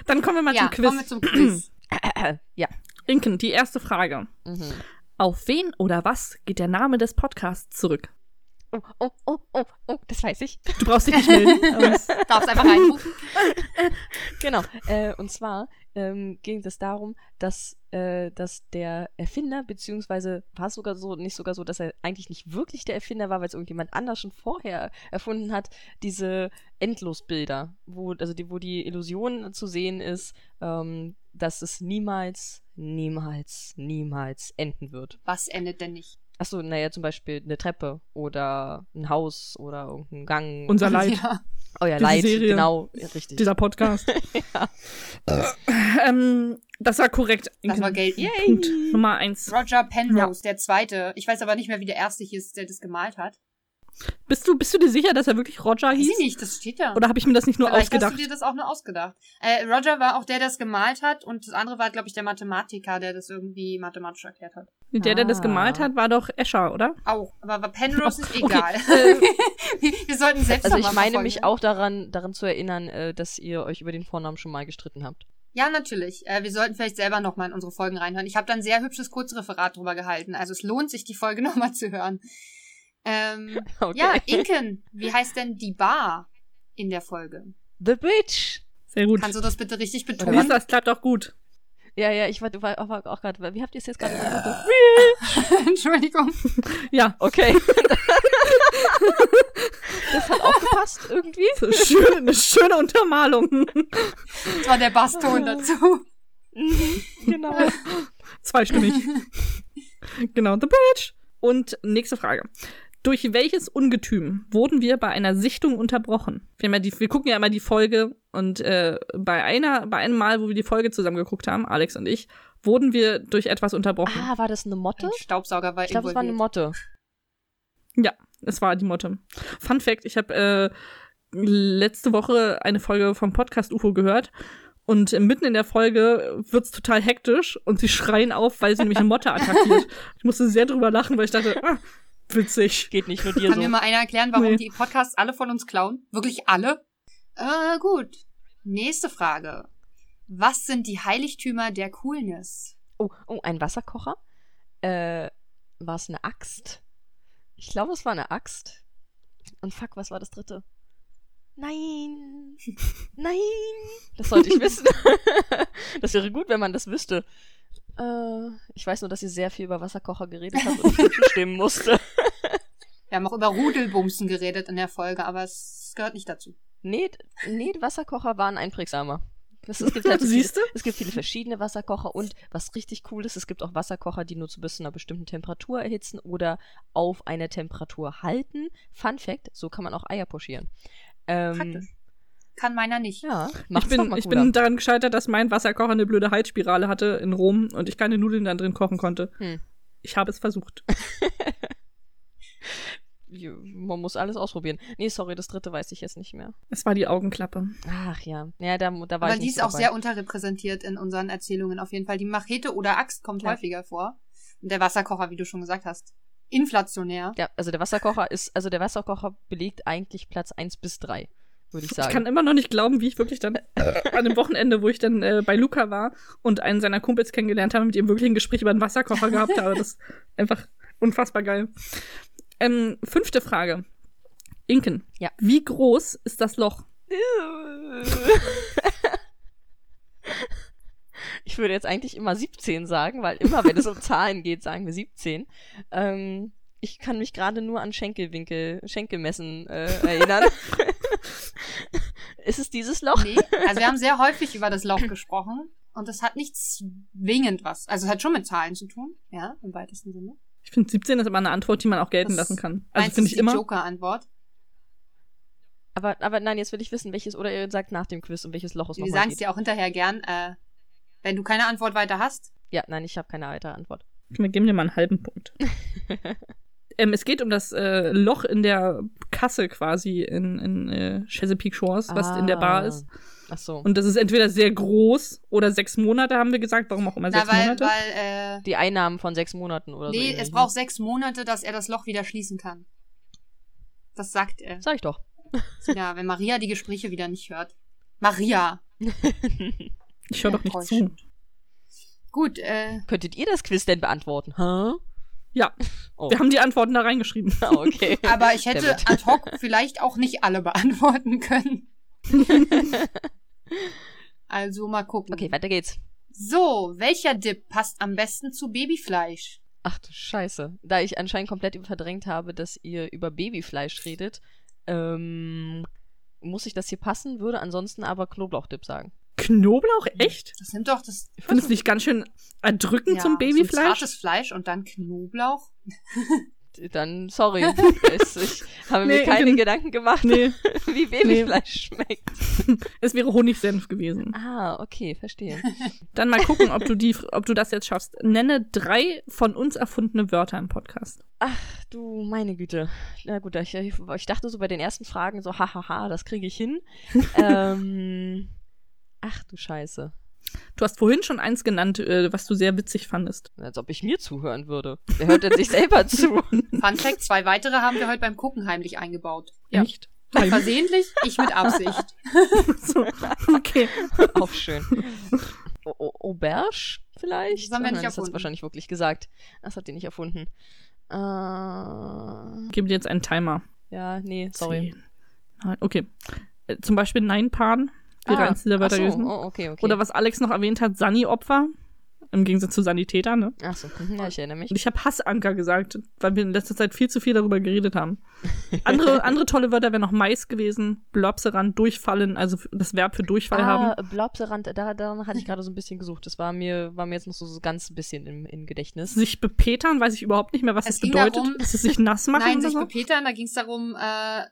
Dann kommen wir mal Ja, zum Quiz. kommen wir zum Quiz. Äh, ja. Inken, die erste Frage. Mhm. Auf wen oder was geht der Name des Podcasts zurück? Oh, oh, oh, oh, oh, das weiß ich. Du brauchst dich nicht melden. aber es- Darfst einfach reinrufen. Genau. Äh, und zwar ähm, ging es darum, dass, äh, dass der Erfinder, beziehungsweise war es sogar so, nicht sogar so, dass er eigentlich nicht wirklich der Erfinder war, weil es irgendjemand anders schon vorher erfunden hat, diese Endlosbilder, wo, also die, wo die Illusion zu sehen ist, ähm, dass es niemals, niemals, niemals enden wird. Was endet denn nicht? Achso, naja, zum Beispiel eine Treppe oder ein Haus oder irgendein Gang. Unser Leid, Ja. Euer diese Leid, Serie. genau, ja, richtig. dieser Podcast. Ja. ähm, das war korrekt. Das Inken. war Geld. Yay. Punkt Nummer eins. Roger Penrose, der zweite. Ich weiß aber nicht mehr, wie der erste hier ist, der das gemalt hat. Bist du, bist du dir sicher, dass er wirklich Roger Weiß ich hieß? nicht, das steht da. Oder habe ich mir das nicht nur Vielleicht hast ausgedacht? du dir das auch nur ausgedacht. Äh, Roger war auch der, der das gemalt hat und das andere war, glaube ich, der Mathematiker, der das irgendwie mathematisch erklärt hat. Der, der das Ah. gemalt hat, war doch Escher, oder? Auch. Aber bei Penrose ist Okay. egal. Wir sollten selbst Also noch ich mal meine verfolgen. mich auch daran, daran zu erinnern, äh, dass ihr euch über den Vornamen schon mal gestritten habt. Ja, natürlich. Äh, wir sollten vielleicht selber nochmal in unsere Folgen reinhören. Ich habe da ein sehr hübsches Kurzreferat drüber gehalten. Also es lohnt sich, die Folge nochmal zu hören. Ähm, Okay. Ja, Inken, wie heißt denn die Bar in der Folge? The Bitch. Sehr gut. Kannst du das bitte richtig Du siehst, betonen? das klappt auch gut. Ja, ja, ich war, du war, war auch gerade, wie habt ihr es jetzt gerade gesagt? Entschuldigung. Ja, Okay. das hat auch gepasst irgendwie. so schön, eine schöne Untermalung. Das war der Basston dazu. Mhm. Genau. Zweistimmig. genau, The Bridge. Und nächste Frage. Durch welches Ungetüm wurden wir bei einer Sichtung unterbrochen? Wir, haben ja die, wir gucken ja immer die Folge und äh, bei, einer, bei einem Mal, wo wir die Folge zusammen geguckt haben, Alex und ich, wurden wir durch etwas unterbrochen. Ah, war das eine Motte? Ein Staubsauger war Ich glaube, es war eine involviert. Motte. Es war die Motte. Fun Fact, ich habe äh, letzte Woche eine Folge vom Podcast UFO gehört und äh, mitten in der Folge wird's total hektisch und sie schreien auf, weil sie nämlich eine Motte attackiert. Ich musste sehr drüber lachen, weil ich dachte, ah, witzig. Geht nicht nur dir Kann so. mir mal einer erklären, warum Nee. die Podcasts alle von uns klauen? Wirklich alle? Äh, gut. Nächste Frage. Was sind die Heiligtümer der Coolness? Oh, oh, ein Wasserkocher? Äh, war es eine Axt? Ich glaube, es war eine Axt. Und fuck, was war das dritte? Nein! Nein! Das sollte ich wissen. das wäre gut, wenn man das wüsste. Äh, ich weiß nur, dass ihr sehr viel über Wasserkocher geredet habt und ich zustimmen musste. Wir haben auch über Rudelbumsen geredet in der Folge, aber es gehört nicht dazu. Nee, d- nee, Wasserkocher waren einprägsamer. Das, es, gibt halt so Siehst du? viele, es gibt viele verschiedene Wasserkocher und was richtig cool ist, es gibt auch Wasserkocher, die nur zu bis zu einer bestimmten Temperatur erhitzen oder auf einer Temperatur halten. Fun Fact, so kann man auch Eier pochieren. Ähm, Praktisch. Kann meiner nicht. ja, Ich macht's doch bin, mal ich cooler. bin daran gescheitert, dass mein Wasserkocher eine blöde Heizspirale hatte in Rom und ich keine Nudeln dann drin kochen konnte. Hm. Ich habe es versucht. man muss alles ausprobieren. Nee, sorry, das dritte weiß ich jetzt nicht mehr. Es war die Augenklappe. Ach ja. Ja, da, da war Aber die ich nicht ist so auch dabei. sehr unterrepräsentiert in unseren Erzählungen auf jeden Fall. Die Machete oder Axt kommt Ja. häufiger vor. Und der Wasserkocher, wie du schon gesagt hast. Inflationär. Ja, also der Wasserkocher ist, also der Wasserkocher belegt eigentlich Platz 1 bis 3, würde ich sagen. Ich kann immer noch nicht glauben, wie ich wirklich dann äh, an dem Wochenende, wo ich dann äh, bei Luca war und einen seiner Kumpels kennengelernt habe, mit ihm wirklich ein Gespräch über einen Wasserkocher gehabt habe. Das ist einfach unfassbar geil. Ähm, fünfte Frage. Inken. Ja. Wie groß ist das Loch? ich würde jetzt eigentlich immer 17 sagen, weil immer, wenn es um Zahlen geht, sagen wir 17. Ähm, ich kann mich gerade nur an Schenkelwinkel, Schenkelmessen äh, erinnern. ist es dieses Loch? Nee. Also wir haben sehr häufig über das Loch gesprochen. Und das hat nicht zwingend was. Also es hat schon mit Zahlen zu tun, ja, im weitesten Sinne. Ich finde, 17 ist aber eine Antwort, die man auch gelten Das lassen kann. Also Meinst du, finde ist ich die immer. Joker-Antwort. Aber, aber nein, jetzt will ich wissen, welches, oder ihr sagt nach dem Quiz, um welches Loch es Wir nochmal sagen es geht. dir auch hinterher gern, äh, wenn du keine Antwort weiter hast. Ja, nein, ich habe keine weitere Antwort. Wir geben dir mal einen halben Punkt. ähm, es geht um das äh, Loch in der Kasse quasi in, in äh, Chesapeake Shores, was in der Bar Ah. ist. Ach so. Und das ist entweder sehr groß oder sechs Monate, haben wir gesagt. Warum auch immer Na, Also sechs weil, Monate. weil, die Einnahmen von sechs Monaten oder äh, so. nee, ähnlich, es ne? braucht sechs Monate, dass er das Loch wieder schließen kann. Das sagt er. Sag ich doch. Ja, wenn Maria die Gespräche wieder nicht hört. Maria! ich höre doch nicht zu. enttäuschend. Gut, äh, Könntet ihr das Quiz denn beantworten? Hä? Ja, Oh. wir haben die Antworten da reingeschrieben. Ah, okay. aber ich hätte Damit. ad hoc vielleicht auch nicht alle beantworten können. also mal gucken. Okay, weiter geht's. So, welcher Dip passt am besten zu Babyfleisch? Ach du Scheiße. Da ich anscheinend komplett verdrängt habe, dass ihr über Babyfleisch redet, ähm, muss ich das hier passen, würde ansonsten aber Knoblauchdip sagen. Knoblauch, Mhm. echt? Das nimmt doch das Ich finde es nicht ganz schön erdrückend so zum ein Babyfleisch. zartes Fleisch und dann Knoblauch. Dann, sorry. es, ich habe mir Nee, keine gen- Gedanken gemacht, nee, wie Babyfleisch schmeckt. es wäre Honigsenf gewesen. Ah, okay, verstehe. Dann mal gucken, ob du, die, ob du das jetzt schaffst. Nenne drei von uns erfundene Wörter im Podcast. Du, meine Güte. Na gut, ich, ich, ich dachte so bei den ersten Fragen so, hahaha, das kriege ich hin. ähm, ach du Scheiße. Du hast vorhin schon eins genannt, äh, was du sehr witzig fandest. Als ob ich mir zuhören würde. Wer hört denn sich selber zu? Fun Fact, zwei weitere haben wir heute beim Gucken heimlich eingebaut. Ja. Echt? Du versehentlich, ich mit Absicht. so, okay. Auch schön. O o Auberge vielleicht? Das haben wir nicht Oh nein, das hast erfunden. du wahrscheinlich wirklich gesagt. Das habt ihr nicht erfunden. Äh, Ich gebe dir jetzt einen Timer. ja, nee, sorry. Zehn. Nein, Okay. Äh, Zum Beispiel Neinpan wäre Ah, eins dieser Wörter Ah, ach so, gewesen. Oh, okay, okay. Oder was Alex noch erwähnt hat, Sani-Opfer. Im Gegensatz zu Sanitäter, ne? Ach so, mhm, ja, ich erinnere mich. Und ich habe Hassanker gesagt, weil wir in letzter Zeit viel zu viel darüber geredet haben. Andere, andere tolle Wörter wären noch Mais gewesen, Blobserand, durchfallen, also f- das Verb für Durchfall haben. Ah, Blobserand, da, daran hatte ich gerade so ein bisschen gesucht. Das war mir, war mir jetzt noch so, so ganz ein bisschen im, im Gedächtnis. Sich bepetern, weiß ich überhaupt nicht mehr, was Es das ging bedeutet. darum- Ist es sich nass machen Nein, oder sich so? bepetern, da ging es darum, äh,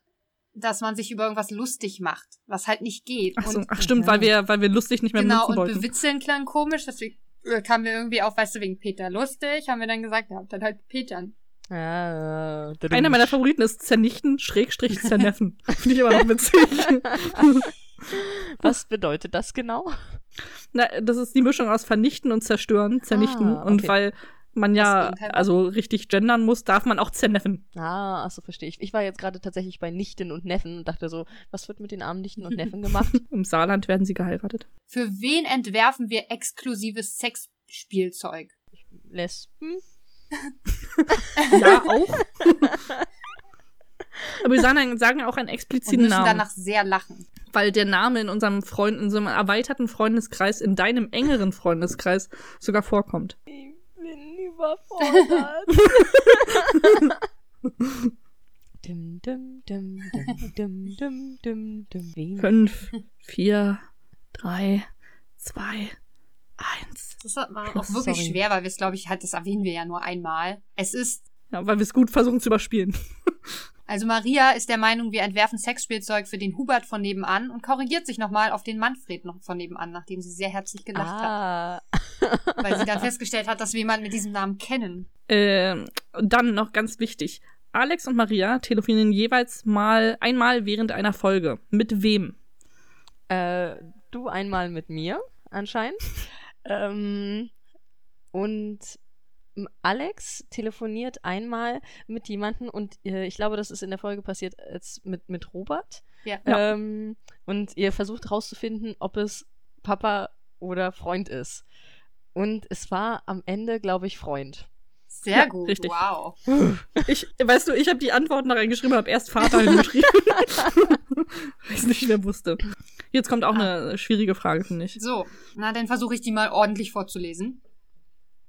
dass man sich über irgendwas lustig macht, was halt nicht geht. Ach, so. und, Mhm. Ach stimmt, weil wir, weil wir lustig nicht mehr genau, benutzen und wollten. bewitzeln klang komisch, deswegen äh, kamen wir irgendwie auf, weißt du, wegen Peter lustig, haben wir dann gesagt, ja, dann halt Petern. Ah, Einer meiner Favoriten ist zernichten, Schrägstrich zerneffen. Finde ich immer noch witzig. Was bedeutet das genau? Na, das ist die Mischung aus vernichten und zerstören, zernichten. Ah, Und okay. weil man ja Das halt Gegenteil. also richtig gendern muss, darf man auch zerneffen. Ah, achso, verstehe ich. Ich war jetzt gerade tatsächlich bei Nichten und Neffen und dachte so, was wird mit den armen Nichten und Neffen gemacht? Im Saarland werden sie geheiratet. Für wen entwerfen wir exklusives Sexspielzeug? Lesben? Ja, auch. Aber wir sagen, sagen auch einen Und expliziten müssen Namen, danach sehr lachen. weil der Name in unserem Freund, in so einem erweiterten Freundeskreis, in deinem engeren Freundeskreis sogar vorkommt. Ich bin überfordert. dim, dim, dim, dim, dim, dim, dim, dim. Wen? Fünf, vier, drei, zwei, eins. Das war auch Sorry. wirklich schwer, weil wir es, glaube ich, halt, das erwähnen wir ja nur einmal. Es ist Ja, weil wir es gut versuchen zu überspielen. Also Maria ist der Meinung, wir entwerfen Sexspielzeug für den Hubert von nebenan und korrigiert sich nochmal auf den Manfred noch von nebenan, nachdem sie sehr herzlich gelacht Ah, hat, weil sie dann festgestellt hat, dass wir jemanden mit diesem Namen kennen. Ähm, und dann noch ganz wichtig, Alex und Maria telefonieren jeweils mal einmal während einer Folge. Mit wem? Äh, du einmal mit mir, anscheinend. ähm, und m- Alex telefoniert einmal mit jemandem und äh, ich glaube, das ist in der Folge passiert jetzt mit, mit Robert. Ja. Ja. Ähm, und ihr versucht herauszufinden, ob es Papa oder Freund ist. Und es war am Ende, glaube ich, Freund. Sehr Ja, gut. richtig. Wow. Ich, weißt du, ich habe die Antworten da reingeschrieben, habe erst Vater hingeschrieben. Weil ich nicht mehr wusste. Jetzt kommt auch eine schwierige Frage, finde ich. So, na dann versuche ich die mal ordentlich vorzulesen.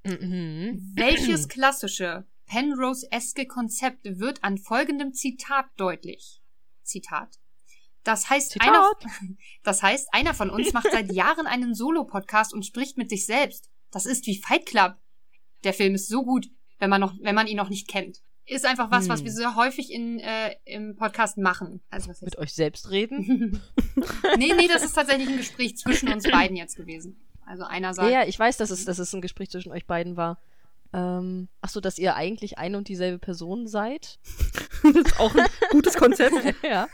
Mhm. Welches klassische Penrose-eske Konzept wird an folgendem Zitat deutlich? Zitat. Das heißt, Zitat. Einer, das heißt, einer von uns macht seit Jahren einen Solo-Podcast und spricht mit sich selbst. Das ist wie Fight Club. Der Film ist so gut, wenn man, noch, wenn man ihn noch nicht kennt. Ist einfach was, was Hm. wir sehr häufig in, äh, im Podcast machen. Also was Mit jetzt? euch selbst Mhm. reden? nee, nee, das ist tatsächlich ein Gespräch zwischen uns beiden jetzt gewesen. Also einer Ja, sagt, ja, ich weiß, dass Mhm. es, dass es ein Gespräch zwischen euch beiden war. Ähm, ach so, dass ihr eigentlich eine und dieselbe Person seid? Das ist auch ein gutes Konzept. ja.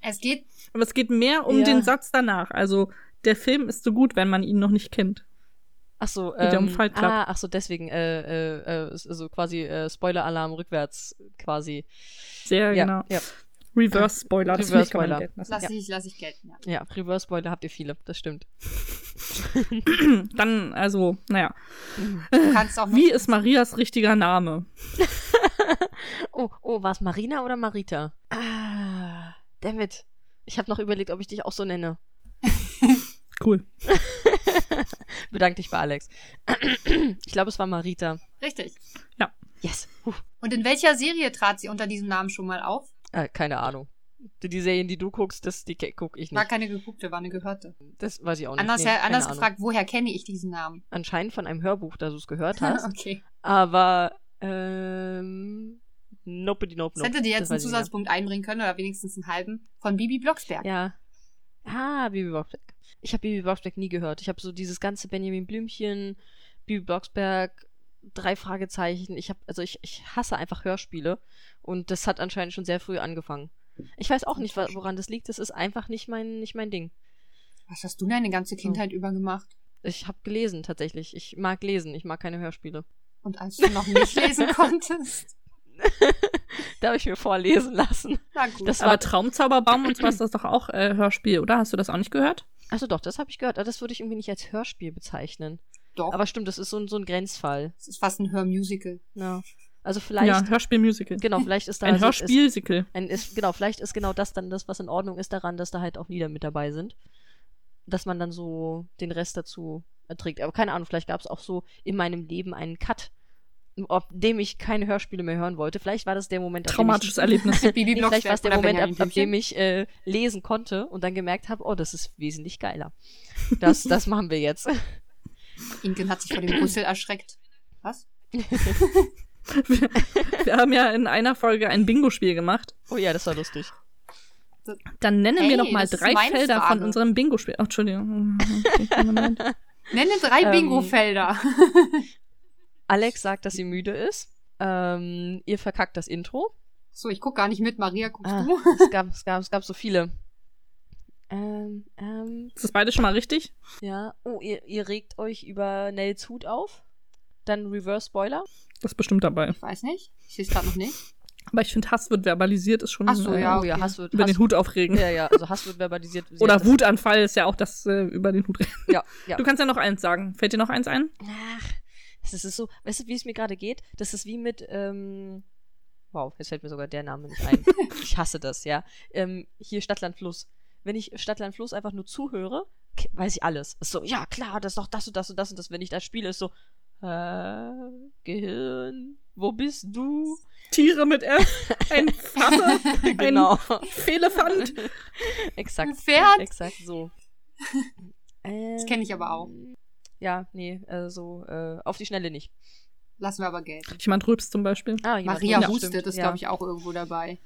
es geht Aber es geht mehr um Ja. den Satz danach. Also, der Film ist so gut, wenn man ihn noch nicht kennt. Ach so, Geht ja um ähm, Fight Club. Ah, ach so, deswegen, äh, äh, äh, so quasi äh, Spoiler-Alarm rückwärts quasi. Sehr genau. ja, Reverse Spoiler. Das finde ich, kann man Reverse-Spoiler. gelten lassen. Lass ich, lass ich gelten. Ja. ja, Reverse-Spoiler habt ihr viele, das stimmt. Dann, also, naja. Mhm. Du kannst auch noch- Wie ist Marias richtiger Name? Oh, oh, war es Marina oder Marita? Ah, damit. Ich habe noch überlegt, ob ich dich auch so nenne. Cool. Bedank dich bei Alex. Ich glaube, es war Marita. Richtig. Yes. Huh. Und in welcher Serie trat sie unter diesem Namen schon mal auf? Äh, keine Ahnung. Die, die Serien, die du guckst, das, die gucke ich War nicht. keine geguckte, war eine gehörte. Das weiß ich auch nicht. Anders, Nee, keine anders Ahnung. gefragt, woher kenne ich diesen Namen? Anscheinend von einem Hörbuch, da du es gehört hast. okay. Aber, ähm, nope, die nope, Das nope. hätte dir jetzt Das einen weiß ich nicht mehr. Zusatzpunkt einbringen können oder wenigstens einen halben von Bibi Blocksberg. Ja. Ah, Bibi Blocksberg. Ich habe Bibi Blocksberg nie gehört. Ich habe so dieses ganze Benjamin Blümchen, Bibi Blocksberg, drei Fragezeichen. Ich habe, also ich, ich hasse einfach Hörspiele und das hat anscheinend schon sehr früh angefangen. Ich weiß auch nicht, wa- woran das liegt. Das ist einfach nicht mein, nicht mein Ding. Was hast du denn deine ganze Kindheit über gemacht? Ich habe gelesen tatsächlich. Ich mag lesen. Ich mag keine Hörspiele. Und als du noch nicht lesen konntest? da habe ich mir vorlesen lassen. Na gut. Das war Aber Traumzauberbaum und so was, das ist doch auch äh, Hörspiel, oder? Hast du das auch nicht gehört? also doch, das habe ich gehört. Aber das würde ich irgendwie nicht als Hörspiel bezeichnen. Doch. Aber stimmt, das ist so ein, so ein Grenzfall. das ist fast ein Hörmusical. Ja. Also vielleicht Ja, Hörspielmusical. Genau, vielleicht ist da Ein also- Ist, Hörspielsical. ein, ist, genau, vielleicht ist genau das dann das, was in Ordnung ist daran, dass da halt auch Lieder mit dabei sind. Dass man dann so den Rest dazu erträgt. Aber keine Ahnung, vielleicht gab es auch so in meinem Leben einen Cut, ab dem ich keine Hörspiele mehr hören wollte. Vielleicht war das der Moment, ab dem ich, Traumatisches Erlebnis. Bibi nee, vielleicht war es der Moment, ab, ab dem Blümchen. ich äh, lesen konnte und dann gemerkt habe, oh, das ist wesentlich geiler. Das, das machen wir jetzt. Inken hat sich vor dem Rüssel erschreckt. Was? Wir haben ja in einer Folge ein Bingo-Spiel gemacht. Oh ja, das war lustig. Dann nennen wir Hey, noch mal das ist drei meine Felder Frage. von unserem Bingo-Spiel. Ach, Entschuldigung. Okay, never mind. Nenne drei Ähm, Bingo-Felder. Alex sagt, dass sie müde ist. Ähm, ihr verkackt das Intro. So, ich guck gar nicht mit. Maria, guckst Ah, du? es, gab, es, gab, es gab so viele. Ähm, ähm, Ist das beide schon mal richtig? ja. Oh, ihr, ihr regt euch über Nels Hut auf. Dann Reverse Spoiler. Das ist bestimmt dabei. Ich weiß nicht. Ich sehe es gerade noch nicht. Aber ich finde, Hass wird verbalisiert, ist schon Ach so, äh, ja. oh ja, okay. Hass wird. über Hass, den Hut aufregen. Ja, ja, also Hass wird verbalisiert. Sie hat Oder das- Wutanfall ist ja auch das äh, über den Hut reden. Ja, ja. Du kannst ja noch eins sagen. Fällt dir noch eins ein? Ach, das ist so, weißt du, wie es mir gerade geht? Das ist wie mit, ähm, wow, jetzt fällt mir sogar der Name nicht ein. ich hasse das, ja. Ähm, hier Stadtland Fluss. Wenn ich Stadtland Fluss einfach nur zuhöre, k- weiß ich alles. Ist so, ja, klar, das ist doch das und das und das und das. Wenn ich das spiele, ist so, äh, Gehirn, wo bist du? Tiere mit F, ein Pfanne, genau. Elefant. exakt. Ein Pferd. Exakt so. Äh, Das kenne ich aber auch. Ja, nee, also äh, auf die Schnelle nicht. Lassen wir aber gelten. Jemand rülpst zum Beispiel. Ah, jemand- Maria ja, hustet, stimmt, ist, ja. glaube ich, auch irgendwo dabei.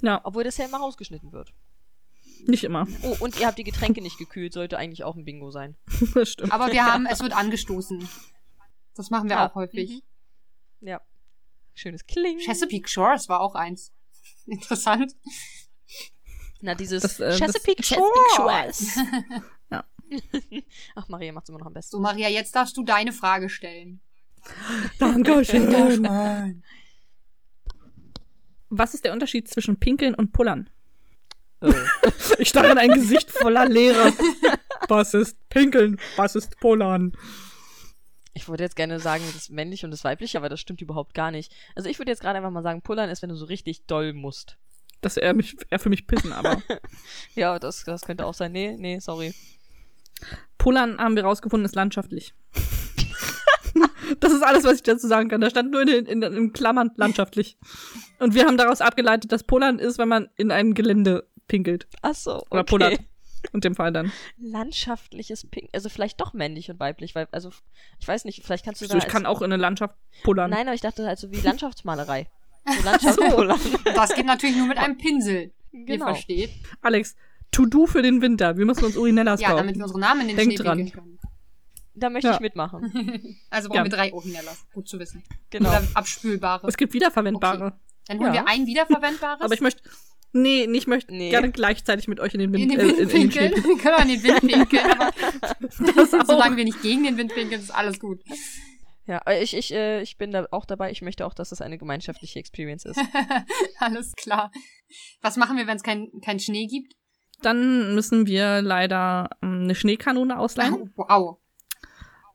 Ja, Obwohl das ja immer rausgeschnitten wird. nicht immer. Oh, und ihr habt die Getränke nicht gekühlt, sollte eigentlich auch ein Bingo sein. Das stimmt. Aber wir haben, es wird angestoßen. Das machen wir Mhm. Ah, auch häufig. mhm. Ja. Schönes Kling. Chesapeake Shores war auch eins. Interessant. Na, dieses Das, äh, das- Chesapeake Chesapeake Shores. Ja. Ach, Maria macht's immer noch am besten. So, Maria, jetzt darfst du deine Frage stellen. Dankeschön. Was ist der Unterschied zwischen Pinkeln und Pullern? Äh, Ich starre in ein Gesicht voller Leere. Was ist Pinkeln? Was ist Pullern? Ich würde jetzt gerne sagen, das männliche und das weibliche, aber das stimmt überhaupt gar nicht. Also ich würde jetzt gerade einfach mal sagen, pullern ist, wenn du so richtig doll musst. Das er mich er für mich pissen, aber Ja, das, das könnte auch sein. Nee, nee, sorry. Pullern haben wir rausgefunden, ist landschaftlich. Das ist alles, was ich dazu sagen kann. Da stand nur in, den- in, in Klammern landschaftlich. Und wir haben daraus abgeleitet, dass Pullern ist, wenn man in einem Gelände pinkelt. Ach so, okay. Oder pullert. In dem Fall dann. Landschaftliches Pink. Also vielleicht doch männlich und weiblich, weil, also, ich weiß nicht, vielleicht kannst du So, da ich kann als, auch in eine Landschaft pullern. Nein, aber ich dachte halt so wie Landschaftsmalerei. So Landschaft pullern. Das geht natürlich nur mit einem Pinsel. Ihr Genau. versteht. Alex, To-Do für den Winter. Wir müssen uns Urinellas Ja, kaufen. damit wir unsere Namen in den Denkt Schnee dran. pinkeln können. Da möchte Ja. Mhm. ich mitmachen. Also brauchen Ja. wir drei Orinellas. Gut zu wissen. Genau. Oder abspülbare. Es gibt wiederverwendbare. Dann holen Ja. wir ein wiederverwendbares. Aber ich möchte. Nee, nee, ich möchte Nee. gerne gleichzeitig mit euch in den Wind, in den äh, Wind in den pinkeln. Schnee. Wir können auch in den Wind pinkeln, aber Das auch. solange wir nicht gegen den Wind pinkeln, ist alles gut. Ja, aber ich, ich, äh, ich bin da auch dabei. Ich möchte auch, dass das eine gemeinschaftliche Experience ist. Alles klar. Was machen wir, wenn es keinen kein Schnee gibt? Dann müssen wir leider ähm, eine Schneekanone ausleihen, Oh, wow.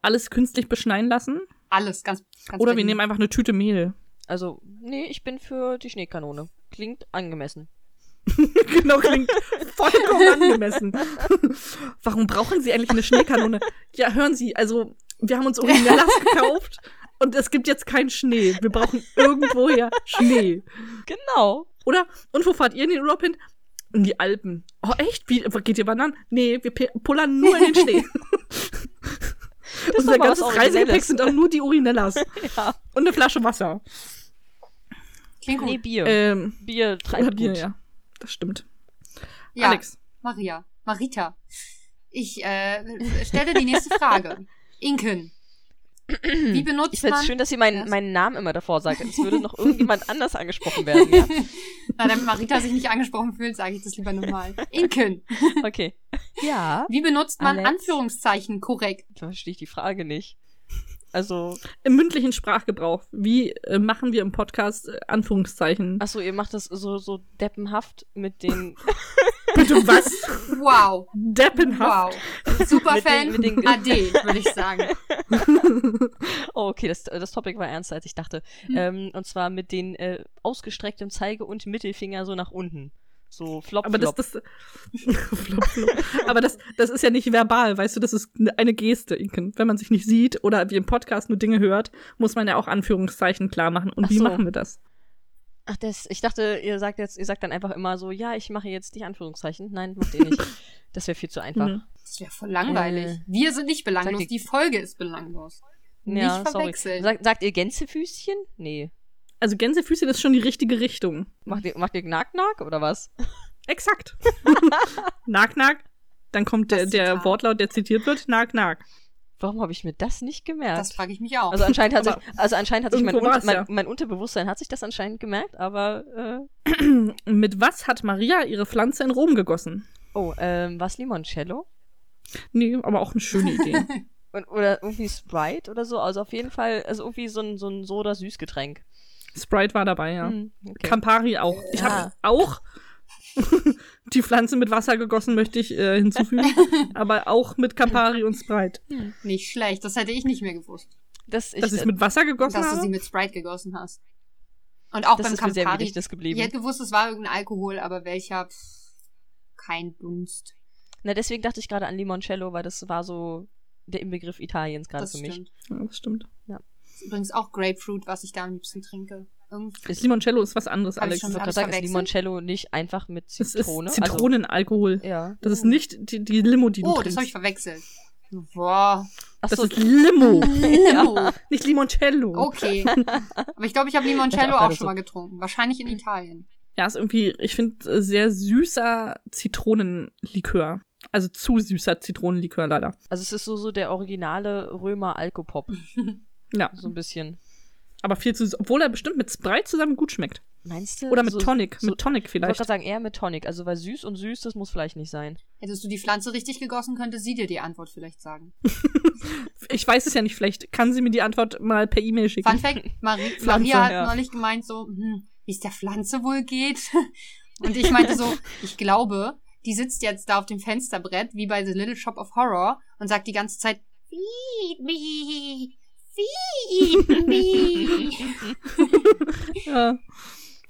alles künstlich beschneien lassen Alles, ganz, ganz genau. oder wir Berlin. nehmen einfach eine Tüte Mehl. Also, nee, ich bin für die Schneekanone. Klingt angemessen. genau, klingt vollkommen angemessen. Warum brauchen Sie eigentlich eine Schneekanone? Ja, hören Sie, also wir haben uns Urinellas gekauft und es gibt jetzt keinen Schnee. Wir brauchen irgendwoher Schnee. Genau. Oder? Und wo fahrt ihr in den Urlaub hin? In die Alpen. Oh, echt? Wie, geht ihr wandern? Nee, wir pe- pullern nur in den Schnee. ist Unser doch mal was ganzes Reisegepäck Originelles. sind auch nur die Urinellas. Ja. Und eine Flasche Wasser. Klingt gut. Nee, Bier. Ähm, Bier oder treibt Bier, gut. ja. Das stimmt. ja, Alex. Maria. Marita. Ich äh, stelle die nächste Frage. Inken. Wie benutzt Ich find's man... schön, dass sie meinen, Was? meinen Namen immer davor sagt. Es würde noch irgendjemand anders angesprochen werden. Ja? Na, damit Marita sich nicht angesprochen fühlt, sage ich das lieber nochmal. Inken. Okay. Ja. Wie benutzt man Alex? Anführungszeichen korrekt? Da verstehe ich die Frage nicht. Also, Im mündlichen Sprachgebrauch. Wie äh, machen wir im Podcast äh, Anführungszeichen? achso, ihr macht das so, so deppenhaft mit den, Bitte was? Wow. Deppenhaft. Wow. Superfan Mit den- mit den- AD, würde ich sagen. Oh, okay, das, das Topic war ernster, als ich dachte. Hm. Ähm, und zwar mit den äh, ausgestrecktem Zeige- und Mittelfinger so nach unten. So flop, Aber das, flop. das, flop, flop. Aber das, das ist ja nicht verbal, weißt du, das ist ne- eine Geste, Inken. Wenn man sich nicht sieht oder wie im Podcast nur Dinge hört, muss man ja auch Anführungszeichen klar machen. Und Ach wie so. machen wir das? Ach, das, ich dachte, ihr sagt jetzt, ihr sagt dann einfach immer so, ja, ich mache jetzt die Anführungszeichen. Nein, macht ihr nicht. Das wäre viel zu einfach. Mhm. Das wäre voll langweilig. Äh. Wir sind nicht belanglos, Sag die- die Folge ist belanglos. Ja, nicht sorry. verwechseln. Sagt, sagt ihr Gänsefüßchen? Nee. Also Gänsefüßchen ist schon die richtige Richtung. Macht ihr, macht ihr Knack-Knack oder was? Exakt. Nag, nag. Dann kommt der, Das der Zitat. Wortlaut, der zitiert wird. Nag, nag. Warum habe ich mir das nicht gemerkt? Das frage ich mich auch. also anscheinend hat sich, Aber also anscheinend hat sich mein, irgendwo Un war's ja. mein, mein Unterbewusstsein hat sich das anscheinend gemerkt, aber äh, Mit was hat Maria ihre Pflanze in Rom gegossen? oh, ähm, was Limoncello? Nee, aber auch eine schöne Idee. Und, oder irgendwie Sprite oder so. Also auf jeden Fall, also irgendwie so ein, so ein Soda-Süßgetränk. Sprite war dabei, ja. Hm, okay. Campari auch. Ich Ja. habe auch die Pflanze mit Wasser gegossen, möchte ich äh, hinzufügen. aber auch mit Campari und Sprite. nicht schlecht, das hätte ich nicht mehr gewusst, das äh, ich, Dass ich es mit Wasser gegossen dass du sie habe. mit Sprite gegossen hast. Und auch das beim ist mir sehr im Campari. Gedächtnis Ich geblieben. hätte gewusst, es war irgendein Alkohol, aber welcher? Pff, kein Dunst. Na, deswegen dachte ich gerade an Limoncello, weil das war so der Inbegriff Italiens gerade Das für mich. stimmt. Ja, das stimmt. Ist übrigens auch Grapefruit, was ich da am liebsten trinke. Irgendwie. Ist, ich Limoncello ist was anderes, Hab ich Alex. schon- wollte hab gerade ich's sagen, ist verwechselt? Limoncello nicht einfach mit Es Zitrone? ist Zitronenalkohol. Also, ja. das ist nicht die, die Limo, die du Oh, das trinkst. habe ich verwechselt. Boah. Ach das so, ist Oh. Limo, Ja. nicht Limoncello. Okay. Aber ich glaube, ich habe Ich Limoncello hab auch auch gerade schon mal getrunken. Wahrscheinlich in Italien. Ja, ist irgendwie, ich finde, sehr süßer Zitronenlikör. Also zu süßer Zitronenlikör leider. also es ist so, so der originale Römer Alkopop, Ja. so ein bisschen. Aber viel zu süß, obwohl er bestimmt mit Sprite zusammen gut schmeckt. Meinst du? Oder mit so, Tonic, so- mit Tonic Ich wollte vielleicht. gerade sagen, eher mit Tonic. Also, weil süß und süß, das muss vielleicht nicht sein. Hättest du die Pflanze richtig gegossen, könnte sie dir die Antwort vielleicht sagen. Ich weiß es ja nicht, vielleicht kann sie mir die Antwort mal per E-Mail schicken. Fun Fact, Marie, Pflanze, Maria hat ja. neulich gemeint so, hm, wie es der Pflanze wohl geht. Und ich meinte so, ich glaube, die sitzt jetzt da auf dem Fensterbrett, wie bei The Little Shop of Horror, und sagt die ganze Zeit, feed me, feed me. Ja.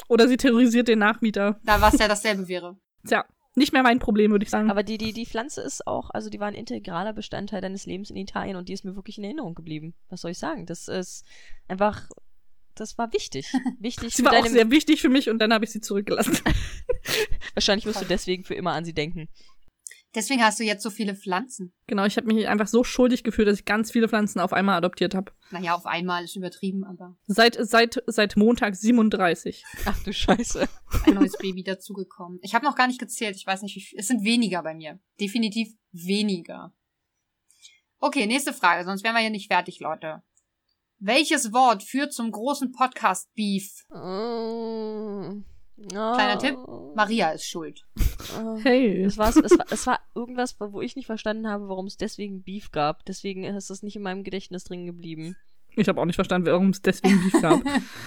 Oder sie terrorisiert den Nachmieter. da was ja dasselbe wäre. Tja, nicht mehr mein Problem, würde ich sagen. Aber die, die, die Pflanze ist auch, also die war ein integraler Bestandteil deines Lebens in Italien und die ist mir wirklich in Erinnerung geblieben. Was soll ich sagen? Das ist einfach, das war wichtig. Wichtig sie für war auch deine sehr wichtig für mich und dann habe ich sie zurückgelassen. Wahrscheinlich wirst du deswegen für immer an sie denken. Deswegen hast du jetzt so viele Pflanzen. genau, ich habe mich einfach so schuldig gefühlt, dass ich ganz viele Pflanzen auf einmal adoptiert habe. Naja, auf einmal ist übertrieben, aber Seit, seit, seit Montag 37. Ach du Scheiße. ein neues Baby dazugekommen. Ich habe noch gar nicht gezählt. Ich weiß nicht, wie viel. Es sind weniger bei mir. Definitiv weniger. Okay, nächste Frage, sonst wären wir hier nicht fertig, Leute. Welches Wort führt zum großen Podcast-Beef? Mm. Kleiner Tipp, Maria ist schuld. Hey. Oh. Es war, es, war, es war irgendwas, wo ich nicht verstanden habe, warum es deswegen Beef gab. Deswegen ist es nicht in meinem Gedächtnis drin geblieben. Ich habe auch nicht verstanden, warum es deswegen Beef gab.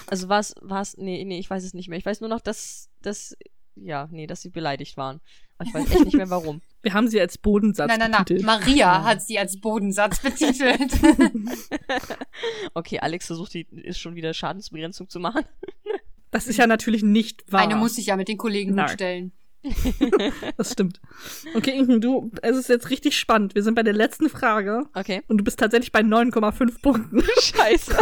Also war es, war es, nee, nee, ich weiß es nicht mehr. Ich weiß nur noch, dass, dass, ja, nee, dass sie beleidigt waren. Aber ich weiß echt nicht mehr warum. Wir haben sie als Bodensatz nein, nein, nein. betitelt. Genau. Maria hat sie als Bodensatz betitelt. Okay, Alex versucht, die ist schon wieder Schadensbegrenzung zu machen. Das ist ja natürlich nicht wahr. Eine muss ich ja mit den Kollegen Nein. stellen. das stimmt. Okay, Inken, du, es ist jetzt richtig spannend. Wir sind bei der letzten Frage Okay. und du bist tatsächlich bei 9,5 Punkten. Scheiße.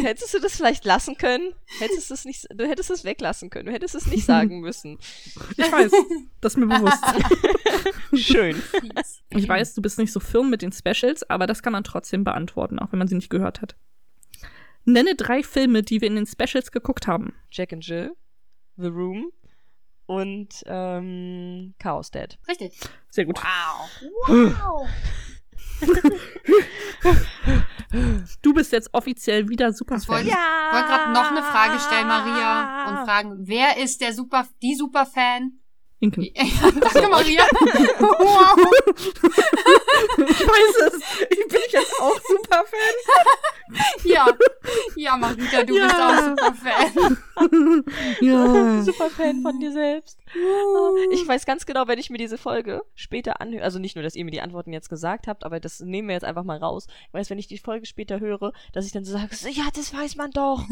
hättest du das vielleicht lassen können? Hättest du es nicht, du hättest es weglassen können. Du hättest es nicht sagen müssen. Ich weiß, das ist mir bewusst. Schön. Ich weiß, du bist nicht so firm mit den Specials, aber das kann man trotzdem beantworten, auch wenn man sie nicht gehört hat. Nenne drei Filme, die wir in den Specials geguckt haben. Jack and Jill, The Room und ähm, Chaos Dad. Richtig. Sehr gut. Wow. Wow. Du bist jetzt offiziell wieder Superfan. Ich wollte- Ich wollte gerade noch eine Frage stellen, Maria, und fragen, wer ist der Super, die Superfan? Inken. Danke, Maria. wow. Ich weiß es. Ich bin jetzt auch Superfan. Ja, ja, Marita, du Ja. bist auch super Fan. Ja. Super Fan von dir selbst. Ich weiß ganz genau, wenn ich mir diese Folge später anhöre, also nicht nur, dass ihr mir die Antworten jetzt gesagt habt, aber das nehmen wir jetzt einfach mal raus. Ich weiß, wenn ich die Folge später höre, dass ich dann so sage, ja, das weiß man doch.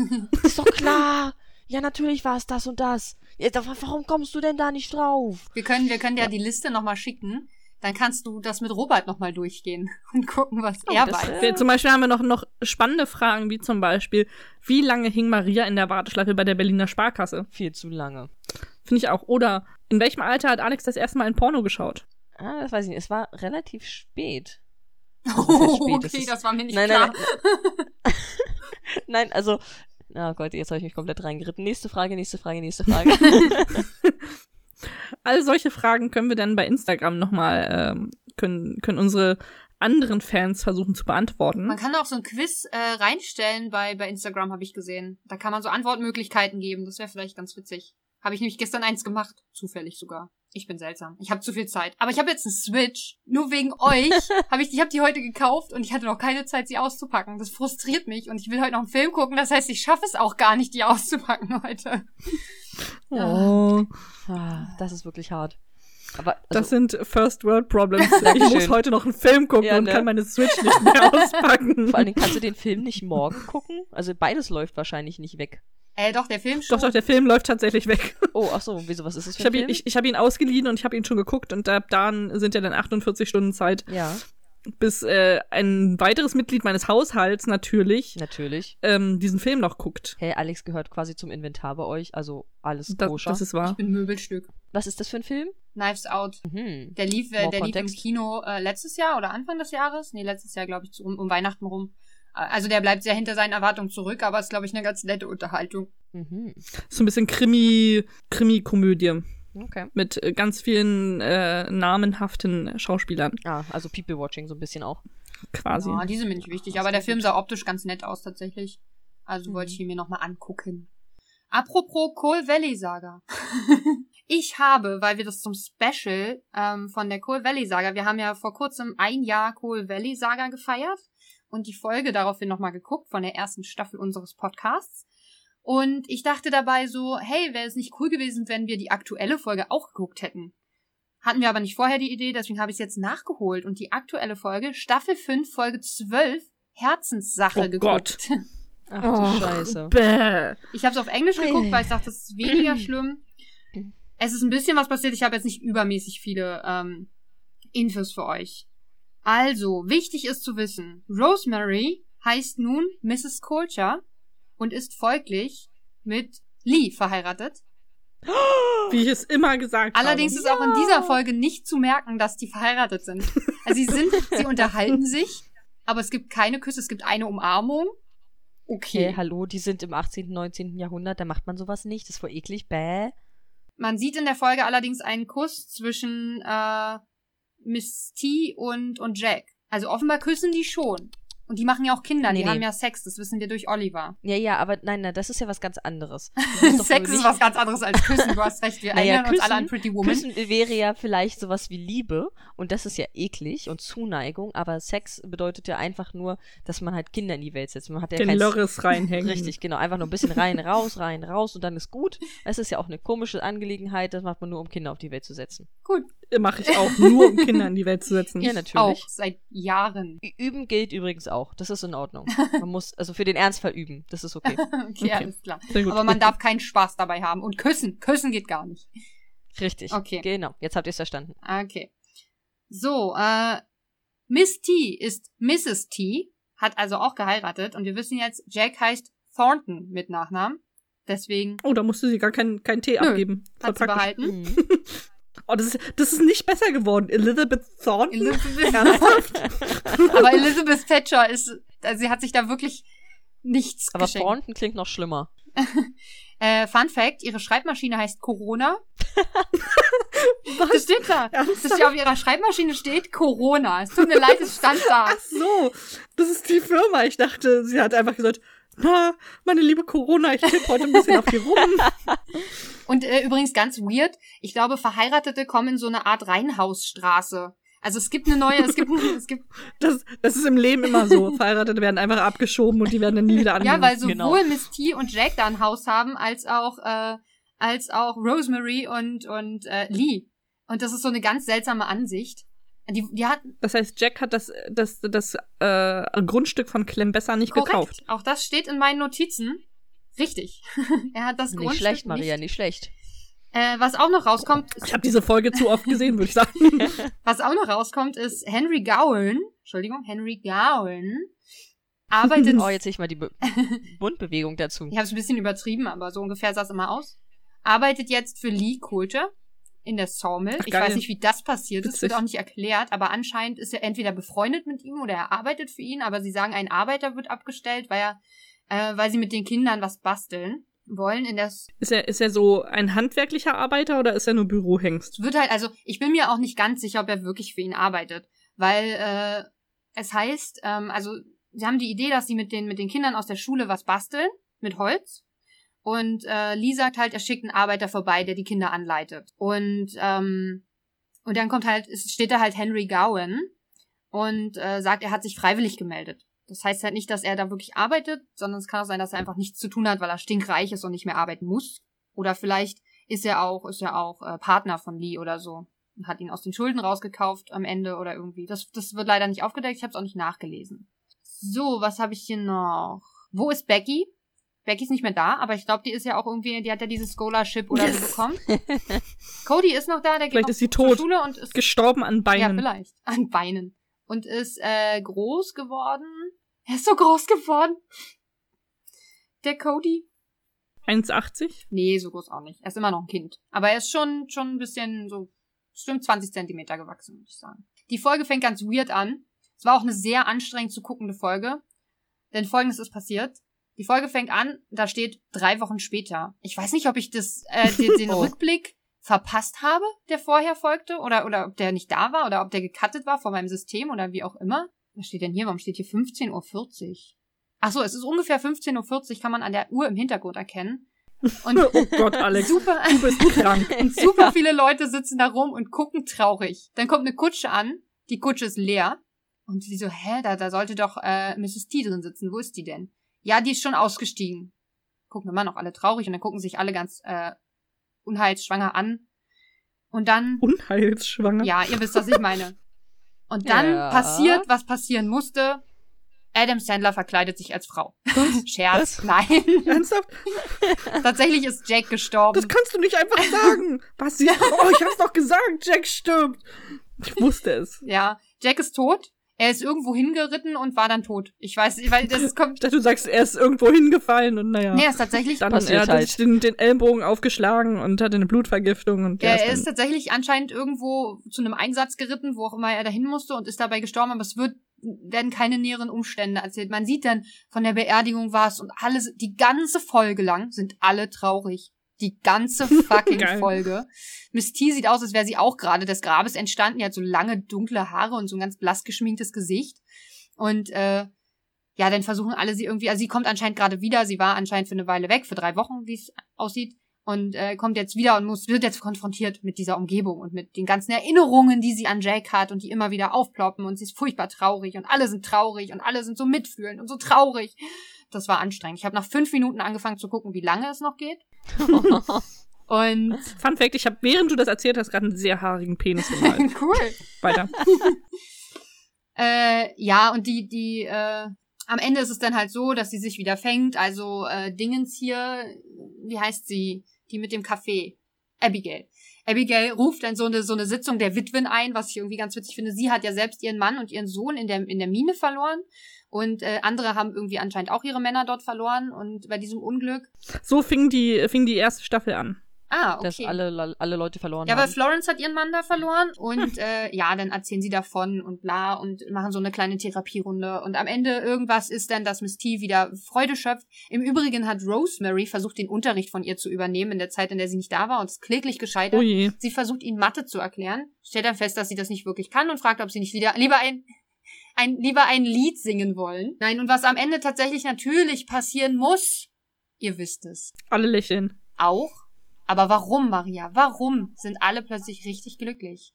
Ist doch klar. Ja, natürlich war es das und das. Ja, da- warum kommst du denn da nicht drauf? Wir können, wir können dir die Liste nochmal schicken. Dann kannst du das mit Robert nochmal durchgehen und gucken, was Oh, er das weiß. wär- Wir, zum Beispiel haben wir noch, noch spannende Fragen, wie zum Beispiel, wie lange hing Maria in der Warteschleife bei der Berliner Sparkasse? Viel zu lange. Finde ich auch. Oder in welchem Alter hat Alex das erste Mal ein Porno geschaut? Ah, das weiß ich nicht. Es war relativ spät. Oh, spät, das okay, ist- das war mir nicht nein, klar. nein, nein. nein, also. Oh Gott, jetzt habe ich mich komplett reingeritten. Nächste Frage, nächste Frage, nächste Frage. All solche Fragen können wir dann bei Instagram nochmal, ähm, können, können unsere anderen Fans versuchen zu beantworten. Man kann auch so ein Quiz äh, reinstellen bei, bei Instagram, habe ich gesehen. Da kann man so Antwortmöglichkeiten geben. Das wäre vielleicht ganz witzig. Habe ich nämlich gestern eins gemacht. Zufällig sogar. Ich bin seltsam. Ich habe zu viel Zeit. Aber ich habe jetzt einen Switch. Nur wegen euch. habe ich, ich habe die heute gekauft und ich hatte noch keine Zeit, sie auszupacken. Das frustriert mich und ich will heute noch einen Film gucken. Das heißt, ich schaffe es auch gar nicht, die auszupacken heute. Oh, Ah, das ist wirklich hart. Aber das also, sind First World Problems. Ich muss Dankeschön. heute noch einen Film gucken Ja, und ne? kann meine Switch nicht mehr auspacken. vor allen Dingen kannst du den Film nicht morgen gucken. Also beides läuft wahrscheinlich nicht weg. Äh, doch, der Film schon. Doch, doch, der Film läuft tatsächlich weg. Oh, ach so, wieso, was ist das für Ich habe ein ihn, Film? ich, ich hab ihn ausgeliehen und ich habe ihn schon geguckt und ab dann sind ja dann 48 Stunden Zeit, ja, bis äh, ein weiteres Mitglied meines Haushalts natürlich natürlich. ähm, diesen Film noch guckt. Hey, Alex gehört quasi zum Inventar bei euch, also alles Das, koscher. das ist wahr. Ich bin Möbelstück. was ist das für ein Film? Knives Out. Mhm. Der lief, äh, der More lief im Kontext. Kino äh, letztes Jahr oder Anfang des Jahres. Nee, letztes Jahr, glaube ich, zu- um, um Weihnachten rum. Äh, Also der bleibt sehr hinter seinen Erwartungen zurück, aber ist, glaube ich, eine ganz nette Unterhaltung. Mhm. So ein bisschen Krimi, Krimi-Komödie Okay. mit äh, ganz vielen äh, namenhaften Schauspielern. Ah, also People Watching so ein bisschen auch. quasi. Ja, die sind mir nicht wichtig, aber der Film sah optisch ganz nett aus tatsächlich. Also Mhm. wollte ich ihn mir nochmal angucken. Apropos Coal Valley Saga. ich habe, weil wir das zum Special ähm, von der Coal Valley Saga, wir haben ja vor kurzem ein Jahr Coal Valley Saga gefeiert und die Folge daraufhin nochmal geguckt von der ersten Staffel unseres Podcasts. Und ich dachte dabei so, hey, wäre es nicht cool gewesen, wenn wir die aktuelle Folge auch geguckt hätten. Hatten wir aber nicht vorher die Idee, deswegen habe ich es jetzt nachgeholt und die aktuelle Folge, Staffel 5, Folge 12, Herzenssache Oh geguckt. Gott. Ach du Och, Scheiße. Bäh. Ich habe es auf Englisch Ei. geguckt, weil ich dachte, das ist weniger schlimm. Es ist ein bisschen was passiert. Ich habe jetzt nicht übermäßig viele ähm, Infos für euch. Also, wichtig ist zu wissen, Rosemary heißt nun Mrs. Culture und ist folglich mit Lee verheiratet. Wie ich es immer gesagt Allerdings habe. ist auch in dieser Folge nicht zu merken, dass die verheiratet sind. Also sie sind, sie unterhalten sich, aber es gibt keine Küsse, es gibt eine Umarmung. Okay, hallo, die sind im 18., 19. Jahrhundert, da macht man sowas nicht, das ist voll eklig, bäh. Man sieht in der Folge allerdings einen Kuss zwischen äh, Miss T und, und Jack. Also offenbar küssen die schon. Und die machen ja auch Kinder, die Nee, haben nee. ja Sex, das wissen wir durch Oliver. Ja, ja, aber nein, nein, das ist ja was ganz anderes. Sex ist was ganz anderes als Küssen, du hast recht. Wir Naja, erinnern uns alle küssen- an Pretty Woman. Küssen wäre ja vielleicht sowas wie Liebe und das ist ja eklig und Zuneigung, aber Sex bedeutet ja einfach nur, dass man halt Kinder in die Welt setzt. Man hat ja den kein Lörres reinhängen. Richtig, genau. Einfach nur ein bisschen rein, raus, rein, raus und dann ist gut. Es ist ja auch eine komische Angelegenheit, das macht man nur, um Kinder auf die Welt zu setzen. Mache äh, ich auch nur, um Kinder in die Welt zu setzen. Ja, Auch natürlich. seit Jahren. Ü- Üben gilt übrigens auch. Das ist in Ordnung. Man muss, also für den Ernstfall üben. Das ist okay. Okay, Okay. alles klar. Sehr gut. Aber man darf keinen Spaß dabei haben. Und küssen, küssen geht gar nicht. Richtig. Okay. Genau. Jetzt habt ihr es verstanden. Okay. So, äh, Miss T ist Mrs. T, hat also auch geheiratet und wir wissen jetzt, Jack heißt Thornton mit Nachnamen. Deswegen Oh, da musste sie gar keinen keinen Tee Nö, abgeben. Voll hat sie praktisch. behalten. Mhm. Oh, das ist, das ist nicht besser geworden. Elizabeth Thornton. Elizabeth, aber Elizabeth Thatcher ist, also sie hat sich da wirklich nichts Aber geschenkt. Thornton klingt noch schlimmer. Äh, Fun Fact, ihre Schreibmaschine heißt Corona. Das steht da. Das steht auf ihrer Schreibmaschine steht Corona. Es tut mir leid, es stand da. Ach so, das ist die Firma. Ich dachte, sie hat einfach gesagt, na, meine liebe Corona, ich tippe heute ein bisschen auf die rum. Und äh, übrigens ganz weird, ich glaube, Verheiratete kommen in so eine Art Reihenhausstraße. Also es gibt eine neue, es gibt, es gibt Das, das ist im Leben immer so. Verheiratete werden einfach abgeschoben und die werden dann nie wieder ja, angenommen. weil sowohl genau. Miss T und Jack da ein Haus haben, als auch äh, als auch Rosemary und und äh, Lee. Und das ist so eine ganz seltsame Ansicht. Die, die hat das heißt, Jack hat das, das, das äh, Grundstück von Clem Besser nicht korrekt. gekauft. Auch das steht in meinen Notizen. Richtig. er hat das Nicht Grundstück schlecht, Maria, Nicht. nicht schlecht. Äh, was auch noch rauskommt, Ich habe diese Folge zu oft gesehen, würde ich sagen. Was auch noch rauskommt, ist Henry Gowan. Entschuldigung, Henry Gowan arbeitet. Oh, jetzt sehe ich mal die Be Bundbewegung dazu. Ich habe es ein bisschen übertrieben, aber so ungefähr sah es immer aus. Arbeitet jetzt für Lee Coulter in der Sawmill. Ach, ich geil. weiß nicht, wie das passiert ist, wird Witzig. auch nicht erklärt, aber anscheinend ist er entweder befreundet mit ihm oder er arbeitet für ihn, aber sie sagen, ein Arbeiter wird abgestellt, weil er, äh, weil sie mit den Kindern was basteln wollen in der S- Ist er, ist er so ein handwerklicher Arbeiter oder ist er nur Bürohengst? Es wird halt, also ich bin mir auch nicht ganz sicher, ob er wirklich für ihn arbeitet, weil äh, es heißt, ähm, also sie haben die Idee, dass sie mit den mit den Kindern aus der Schule was basteln mit Holz und äh, Lee sagt halt, er schickt einen Arbeiter vorbei, der die Kinder anleitet und ähm, und dann kommt halt, es steht da halt Henry Gowan und äh, sagt, er hat sich freiwillig gemeldet. Das heißt halt nicht, dass er da wirklich arbeitet, sondern es kann auch sein, dass er einfach nichts zu tun hat, weil er stinkreich ist und nicht mehr arbeiten muss. Oder vielleicht ist er auch, ist er auch äh, Partner von Lee oder so. Und hat ihn aus den Schulden rausgekauft am Ende oder irgendwie. Das, das wird leider nicht aufgedeckt, ich habe es auch nicht nachgelesen. So, was habe ich hier noch? Wo ist Becky? Becky ist nicht mehr da, aber ich glaube, die ist ja auch irgendwie, die hat ja dieses Scholarship oder Yes. so bekommen. Cody ist noch da, der geht Vielleicht noch ist sie zur tot. Schule und ist Gestorben an ja, Beinen. vielleicht. An Beinen. Und ist äh, groß geworden. Er ist so groß geworden. Der Cody. 1,80? Nee, so groß auch nicht. Er ist immer noch ein Kind. Aber er ist schon, schon ein bisschen so, bestimmt 20 Zentimeter gewachsen, würde ich sagen. Die Folge fängt ganz weird an. Es war auch eine sehr anstrengend zu guckende Folge. Denn folgendes ist passiert. Die Folge fängt an, da steht drei Wochen später. Ich weiß nicht, ob ich das, äh, den, den Oh. Rückblick verpasst habe, der vorher folgte, oder, oder ob der nicht da war, oder ob der gecuttet war von meinem System, oder wie auch immer. Was steht denn hier? Warum steht hier 15.40 Uhr? Ach so, es ist ungefähr 15.40 Uhr, kann man an der Uhr im Hintergrund erkennen. Und Oh Gott, Alex, super, du bist krank. und super viele Leute sitzen da rum und gucken traurig. Dann kommt eine Kutsche an, die Kutsche ist leer. Und sie so, hä, da, da sollte doch äh, Mrs. T drin sitzen, wo ist die denn? Ja, die ist schon ausgestiegen. Gucken immer noch alle traurig und dann gucken sich alle ganz äh, unheilsschwanger an. Und dann Unheilsschwanger. ja, ihr wisst, was ich meine. Und dann Ja. passiert, was passieren musste. Adam Sandler verkleidet sich als Frau. Scherz, nein. Ernsthaft? Tatsächlich ist Jack gestorben. Das kannst du nicht einfach sagen. Was? Ja. Oh, ich hab's doch gesagt. Jack stirbt. Ich wusste es. Ja, Jack ist tot. Er ist irgendwo hingeritten und war dann tot. Ich weiß nicht, weil das Ich kommt. dachte, du sagst, er ist irgendwo hingefallen und naja. Nee, er ist tatsächlich. dann passiert er hat halt. sich den, den Ellenbogen aufgeschlagen und hatte eine Blutvergiftung und der Er ist ist dann, tatsächlich anscheinend irgendwo zu einem Einsatz geritten, wo auch immer er dahin musste und ist dabei gestorben, aber es wird, werden keine näheren Umstände erzählt. Man sieht dann, von der Beerdigung war es und alles, die ganze Folge lang sind alle traurig. Die ganze fucking Geil. Folge. Miss T sieht aus, als wäre sie auch gerade des Grabes entstanden. Die hat so lange dunkle Haare und so ein ganz blass geschminktes Gesicht. Und äh, ja, dann versuchen alle sie irgendwie, also sie kommt anscheinend gerade wieder, sie war anscheinend für eine Weile weg, für drei Wochen, wie es aussieht, und äh, kommt jetzt wieder und muss, wird jetzt konfrontiert mit dieser Umgebung und mit den ganzen Erinnerungen, die sie an Jake hat und die immer wieder aufploppen und sie ist furchtbar traurig und alle sind traurig und alle sind so mitfühlend und so traurig. Das war anstrengend. Ich habe nach fünf Minuten angefangen zu gucken, wie lange es noch geht. Und Fun Fact, ich habe, während du das erzählt hast, gerade einen sehr haarigen Penis gemalt. cool. Weiter. Äh, ja, und die, die, äh, am Ende ist es dann halt so, dass sie sich wieder fängt. Also äh, Dingens hier, wie heißt sie? Die mit dem Kaffee. Abigail. Abigail ruft dann so eine, so eine Sitzung der Witwen ein, was ich irgendwie ganz witzig finde. Sie hat ja selbst ihren Mann und ihren Sohn in der, in der Mine verloren. Und äh, andere haben irgendwie anscheinend auch ihre Männer dort verloren. Und bei diesem Unglück. So fing die, fing die erste Staffel an. Ah, okay. dass alle, alle Leute verloren Ja, weil haben. Florence hat ihren Mann da verloren und äh, ja, dann erzählen sie davon und bla und machen so eine kleine Therapierunde. Und am Ende irgendwas ist dann, dass Miss T wieder Freude schöpft. Im Übrigen hat Rosemary versucht, den Unterricht von ihr zu übernehmen in der Zeit, in der sie nicht da war und ist kläglich gescheitert. Oh je. Sie versucht, ihnen Mathe zu erklären, stellt dann fest, dass sie das nicht wirklich kann und fragt, ob sie nicht wieder, lieber ein, ein, lieber ein Lied singen wollen. Nein, und was am Ende tatsächlich natürlich passieren muss, ihr wisst es Alle lächeln. auch. Aber warum, Maria? Warum sind alle plötzlich richtig glücklich?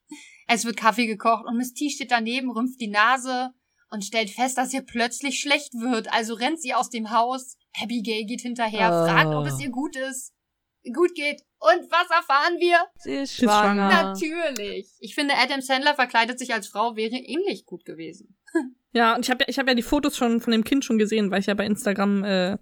Es wird Kaffee gekocht und Miss T steht daneben, rümpft die Nase und stellt fest, dass ihr plötzlich schlecht wird. Also rennt sie aus dem Haus. Abigail geht hinterher, Ah. fragt, ob es ihr gut ist, gut geht. Und was erfahren wir? Sie ist ist schwanger. schwanger. Natürlich. Ich finde, Adam Sandler verkleidet sich als Frau wäre ähnlich gut gewesen. Ja, und ich habe ja, ich hab ja die Fotos schon von dem Kind schon gesehen, weil ich ja bei Instagram äh,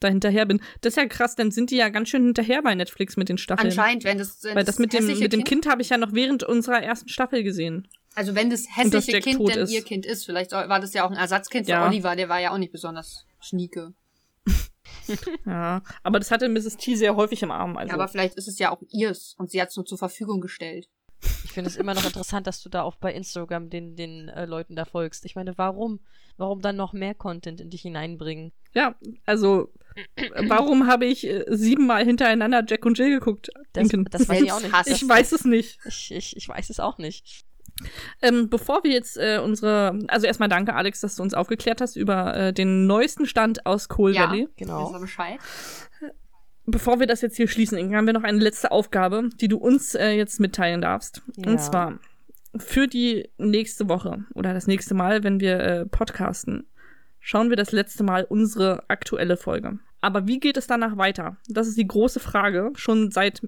da hinterher bin. Das ist ja krass, dann sind die ja ganz schön hinterher bei Netflix mit den Staffeln. Anscheinend, wenn das, wenn Weil das mit dem, hässliche mit dem Kind habe ich ja noch während unserer ersten Staffel gesehen. Also wenn das Und dass hässliche Jack Kind tot denn ist. ihr Kind ist, vielleicht war das ja auch ein Ersatzkind für Ja. Oliver, der war ja auch nicht besonders schnieke. Ja. Aber das hatte Mrs. T sehr häufig im Arm. Also. Ja, aber vielleicht ist es ja auch ihrs und sie hat es nur zur Verfügung gestellt. Ich finde es immer noch interessant, dass du da auch bei Instagram den, den äh, Leuten da folgst. Ich meine, warum? Warum dann noch mehr Content in dich hineinbringen? Ja, also äh, warum habe ich äh, siebenmal hintereinander Jack und Jill geguckt? Das, Inken? das weiß ich auch Selbsthass. nicht. ich weiß es nicht. Ich, ich, ich weiß es auch nicht. Ähm, bevor wir jetzt äh, unsere, also erstmal danke Alex, dass du uns aufgeklärt hast über äh, den neuesten Stand aus Coal Ja. Valley. Genau. Wisst ihr Bescheid? Bevor wir das jetzt hier schließen, Inge, haben wir noch eine letzte Aufgabe, die du uns äh, jetzt mitteilen darfst. Ja. Und zwar für die nächste Woche oder das nächste Mal, wenn wir äh, podcasten, schauen wir das letzte Mal unsere aktuelle Folge. Aber wie geht es danach weiter? Das ist die große Frage. Schon seit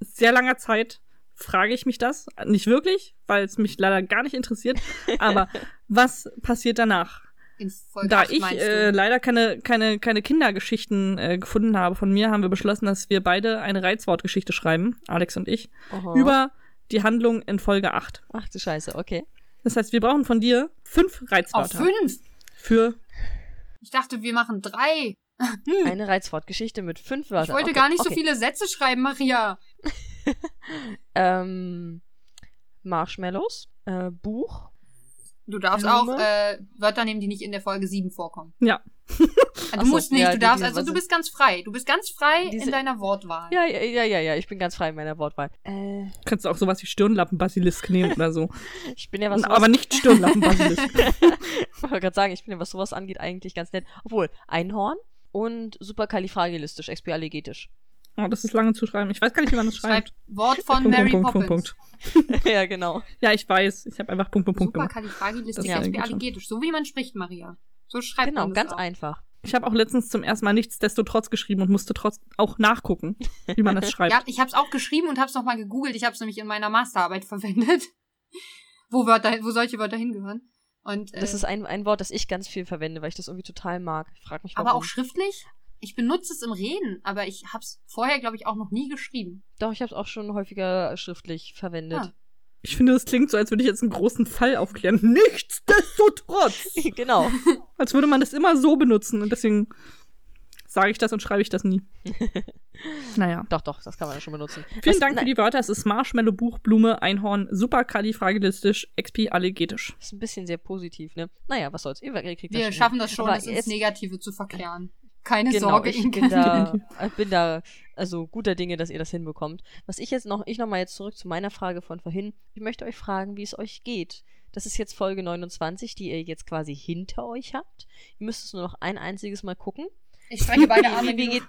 sehr langer Zeit frage ich mich das. Nicht wirklich, weil es mich leider gar nicht interessiert. Aber was passiert danach? In Folge Da acht ich meinst äh, du? leider keine, keine, keine Kindergeschichten äh, gefunden habe von mir, haben wir beschlossen, dass wir beide eine Reizwortgeschichte schreiben, Alex und ich, Oh. Oho. über die Handlung in Folge 8. Ach du Scheiße, okay. Das heißt, wir brauchen von dir fünf Auf Reizwörter. fünf. Für Ich dachte, wir machen drei. Eine Reizwortgeschichte mit fünf Ich Wörtern. wollte okay. gar nicht okay. so viele Sätze schreiben, Maria. Ähm, Marshmallows, äh, Buch, Du darfst Blume. auch äh, Wörter nehmen, die nicht in der Folge sieben vorkommen. ja. Du Ach so, musst nicht, ja, du die- darfst, diese- also du was- bist ganz frei. Du bist ganz frei in Diese- deiner Wortwahl. Ja, ja, ja, ja, ja, ich bin ganz frei in meiner Wortwahl. Äh, Kannst du auch sowas wie Stirnlappenbasilisk nehmen oder so. ich bin ja was. Aber nicht Stirnlappenbasilisk. Ich wollte gerade sagen, ich bin ja, was sowas angeht, eigentlich ganz nett. Obwohl, Einhorn und superkalifragilistisch, expialigetisch. oh, das ist lange zu schreiben. Ich weiß gar nicht, wie man das schreibt. Schreib Wort von Mary Poppins. ja, genau. Ja, ich weiß. Ich habe einfach Punkt, Punkt, Punkt gemacht. Superkalifragilistik, Das ist eigentlich expialigetisch. So wie man spricht, Maria. So schreibt Genau, man das ganz auch. einfach. Ich habe auch letztens zum ersten Mal nichtsdestotrotz geschrieben und musste trotz auch nachgucken, wie man das schreibt. Ja, ich habe es auch geschrieben und habe es nochmal gegoogelt. Ich habe es nämlich in meiner Masterarbeit verwendet, wo, Wörter, wo solche Wörter hingehören. Und, äh, Das ist ein, ein Wort, das ich ganz viel verwende, weil ich das irgendwie total mag. Ich frage mich, warum. aber auch schriftlich. Ich benutze es im Reden, aber ich habe es vorher, glaube ich, auch noch nie geschrieben. Doch, ich habe es auch schon häufiger schriftlich Ah. verwendet. Ich finde, das klingt so, als würde ich jetzt einen großen Fall aufklären. Nichtsdestotrotz! genau. Als würde man das immer so benutzen. Und deswegen sage ich das und schreibe ich das nie. Naja. Doch, doch, das kann man ja schon benutzen. Vielen Was- Dank für nein, die Wörter. Es ist Marshmallow, Buch, Blume, Einhorn, superkalifragilistisch, XP, allegetisch. Ist ein bisschen sehr positiv, ne? Naja, was soll's. Ihr kriegt das Wir schon schaffen das schon, Aber das ins jetzt- Negative zu verkehren. Keine Genau, Sorge, ich bin Inke. da, ich bin da also guter Dinge, dass ihr das hinbekommt. Was ich jetzt noch, ich noch mal jetzt zurück zu meiner Frage von vorhin. Ich möchte euch fragen, wie es euch geht. Das ist jetzt Folge 29, die ihr jetzt quasi hinter euch habt. Ihr müsst es nur noch ein einziges Mal gucken. Ich strecke beide Wie, Arme. wie, in die geht,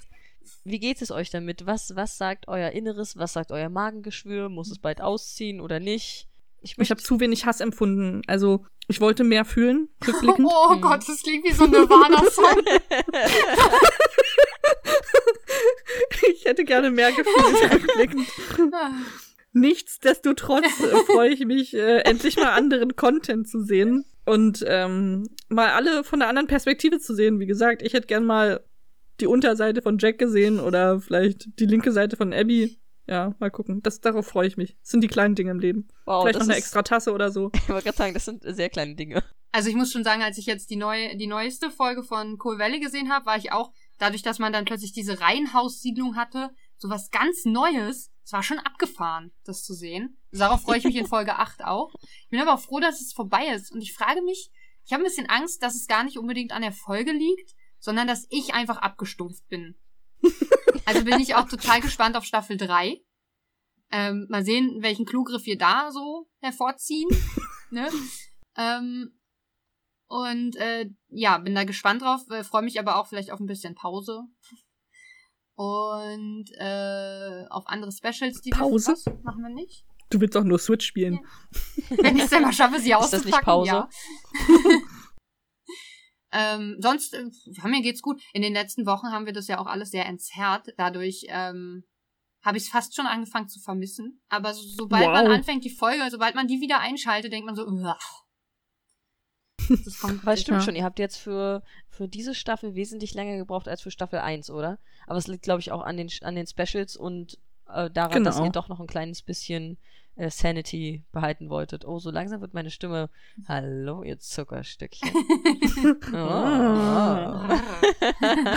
wie geht es euch damit? Was, was sagt euer Inneres? Was sagt euer Magengeschwür? Muss es bald ausziehen oder nicht? Ich habe zu wenig Hass empfunden. Also, ich wollte mehr fühlen, rückblickend. Oh Mhm. Gott, das klingt wie so ein Nirvana-Song. Ich hätte gerne mehr gefühlt, rückblickend. Nichtsdestotrotz äh, freue ich mich, äh, endlich mal anderen Content zu sehen und ähm, mal alle von einer anderen Perspektive zu sehen. Wie gesagt, ich hätte gern mal die Unterseite von Jack gesehen oder vielleicht die linke Seite von Abby. Ja, mal gucken. Das, darauf freue ich mich. Das sind die kleinen Dinge im Leben. wow, vielleicht noch Oh, das eine ist, extra Tasse oder so. Ich wollte gerade sagen, das sind sehr kleine Dinge. Also ich muss schon sagen, als ich jetzt die, neue, die neueste Folge von Cool Valley gesehen habe, war ich auch, dadurch, dass man dann plötzlich diese Reihenhaussiedlung hatte, so was ganz Neues, es war schon abgefahren, das zu sehen. Darauf freue ich mich in Folge 8 auch. Ich bin aber auch froh, dass es vorbei ist. Und ich frage mich, ich habe ein bisschen Angst, dass es gar nicht unbedingt an der Folge liegt, sondern dass ich einfach abgestumpft bin. Also bin ich auch total gespannt auf Staffel 3. Ähm, mal sehen, welchen Klugriff wir da so hervorziehen. ne? ähm, und äh, ja, bin da gespannt drauf, äh, freue mich aber auch vielleicht auf ein bisschen Pause. Und äh, auf andere Specials, die Pause? wir was machen wir nicht. Du willst doch nur Switch spielen. Wenn ich es einmal schaffe, sie Ist das auszupacken, nicht Pause? ja. ähm, sonst, äh, mir geht's gut. In den letzten Wochen haben wir das ja auch alles sehr entzerrt. Dadurch ähm, habe ich es fast schon angefangen zu vermissen. Aber so, sobald man Wow. anfängt, die Folge, also sobald man die wieder einschaltet, denkt man so, uah. das kommt Weil es stimmt Ja. schon, ihr habt jetzt für, für diese Staffel wesentlich länger gebraucht als für Staffel 1, oder? Aber es liegt, glaube ich, auch an den, an den Specials und äh, daran, dass Genau. ihr doch noch ein kleines bisschen äh, Sanity behalten wolltet. Oh, so langsam wird meine Stimme. Hallo, ihr Zuckerstückchen. oh.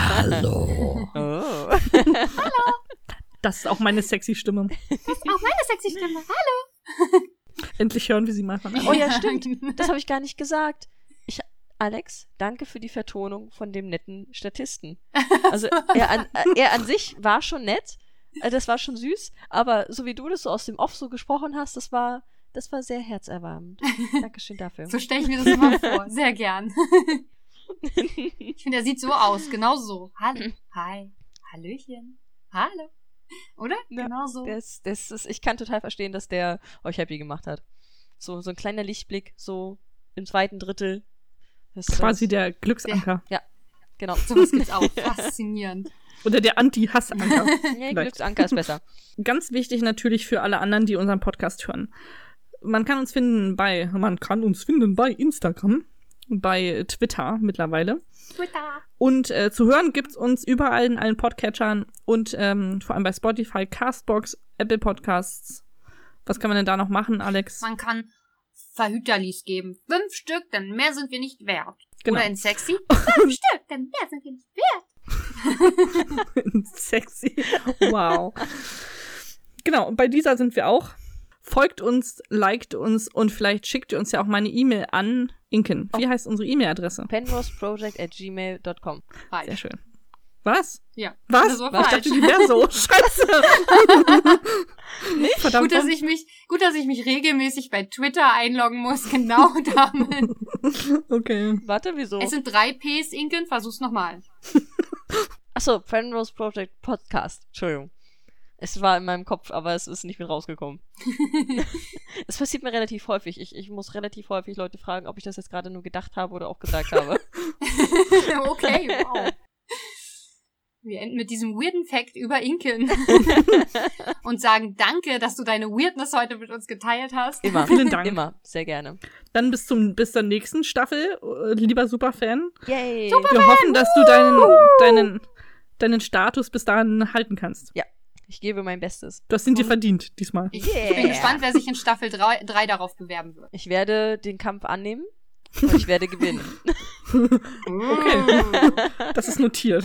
Hallo. Oh. Das ist auch meine sexy Stimme. Auch meine sexy Stimme. Endlich hören wir sie mal von Hallo. an. Oh ja, stimmt. Das habe ich gar nicht gesagt. Ich, Alex, danke für die Vertonung von dem netten Statisten. Also er an, er an sich war schon nett, äh, das war schon süß, aber so wie du das so aus dem Off so gesprochen hast, das war, das war sehr herzerwärmend. Dankeschön dafür. So stelle ich mir das immer vor. Sehr gern. Ich finde, er sieht so aus. Genau so. Hm. Hallo. Hi. Hallöchen. Hallo. Oder? Ja, genau so. Das, das ist, ich kann total verstehen, dass der euch happy gemacht hat. So, so ein kleiner Lichtblick, so im zweiten Drittel. Das, äh, Quasi der Glücksanker. Genau. Sowas gibt's auch. Faszinierend. Oder der Anti-Hassanker. Nee, Glücksanker ist besser. ganz wichtig natürlich für alle anderen, die unseren Podcast hören. Man kann uns finden bei, man kann uns finden bei Instagram, bei Twitter mittlerweile. Twitter. Und äh, zu hören gibt's uns überall in allen Podcatchern und ähm, vor allem bei Spotify, Castbox, Apple Podcasts. Was kann man denn da noch machen, Alex? Man kann Verhüterlis geben. Fünf Stück, denn mehr sind wir nicht wert. Genau. Oder in sexy. Fünf Stück, denn mehr sind wir nicht wert. Sexy. Wow. genau, und bei dieser sind wir auch. Folgt uns, liked uns und vielleicht schickt ihr uns ja auch mal eine E-Mail an Inken. Wie heißt unsere E-Mail-Adresse? Penroseproject at gmail.com. Falsch. Sehr schön. Was? Ja. Was? Das war ich falsch. dachte, die wäre so. Scheiße. Nicht? Verdammt. Gut, dass ich mich, gut, dass ich mich regelmäßig bei Twitter einloggen muss. Genau damit. okay. Warte, wieso? Es sind drei Ps, Inken. Versuch's nochmal. Achso, Penrose Project Podcast. Entschuldigung. Es war in meinem Kopf, aber es ist nicht mit rausgekommen. Es passiert mir relativ häufig. Ich, ich muss relativ häufig Leute fragen, ob ich das jetzt gerade nur gedacht habe oder auch gesagt habe. okay, wow. Wir enden mit diesem weirden Fact über Inken und sagen Danke, dass du deine Weirdness heute mit uns geteilt hast. Immer. Vielen Dank. Immer. Sehr gerne. Dann bis zum bis zur nächsten Staffel, äh, lieber Superfan. Yay. Wir hoffen, dass du deinen deinen deinen Status bis dahin halten kannst. Ich gebe mein Bestes. Du hast ihn dir verdient diesmal. Ich Yeah. bin gespannt, wer sich in Staffel 3 darauf bewerben wird. Ich werde den Kampf annehmen und ich werde gewinnen. Okay. Das ist notiert.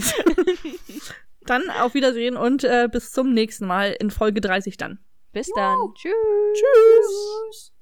dann auf Wiedersehen und äh, bis zum nächsten Mal in Folge 30 dann. Bis dann. Tschüss. Tschüss.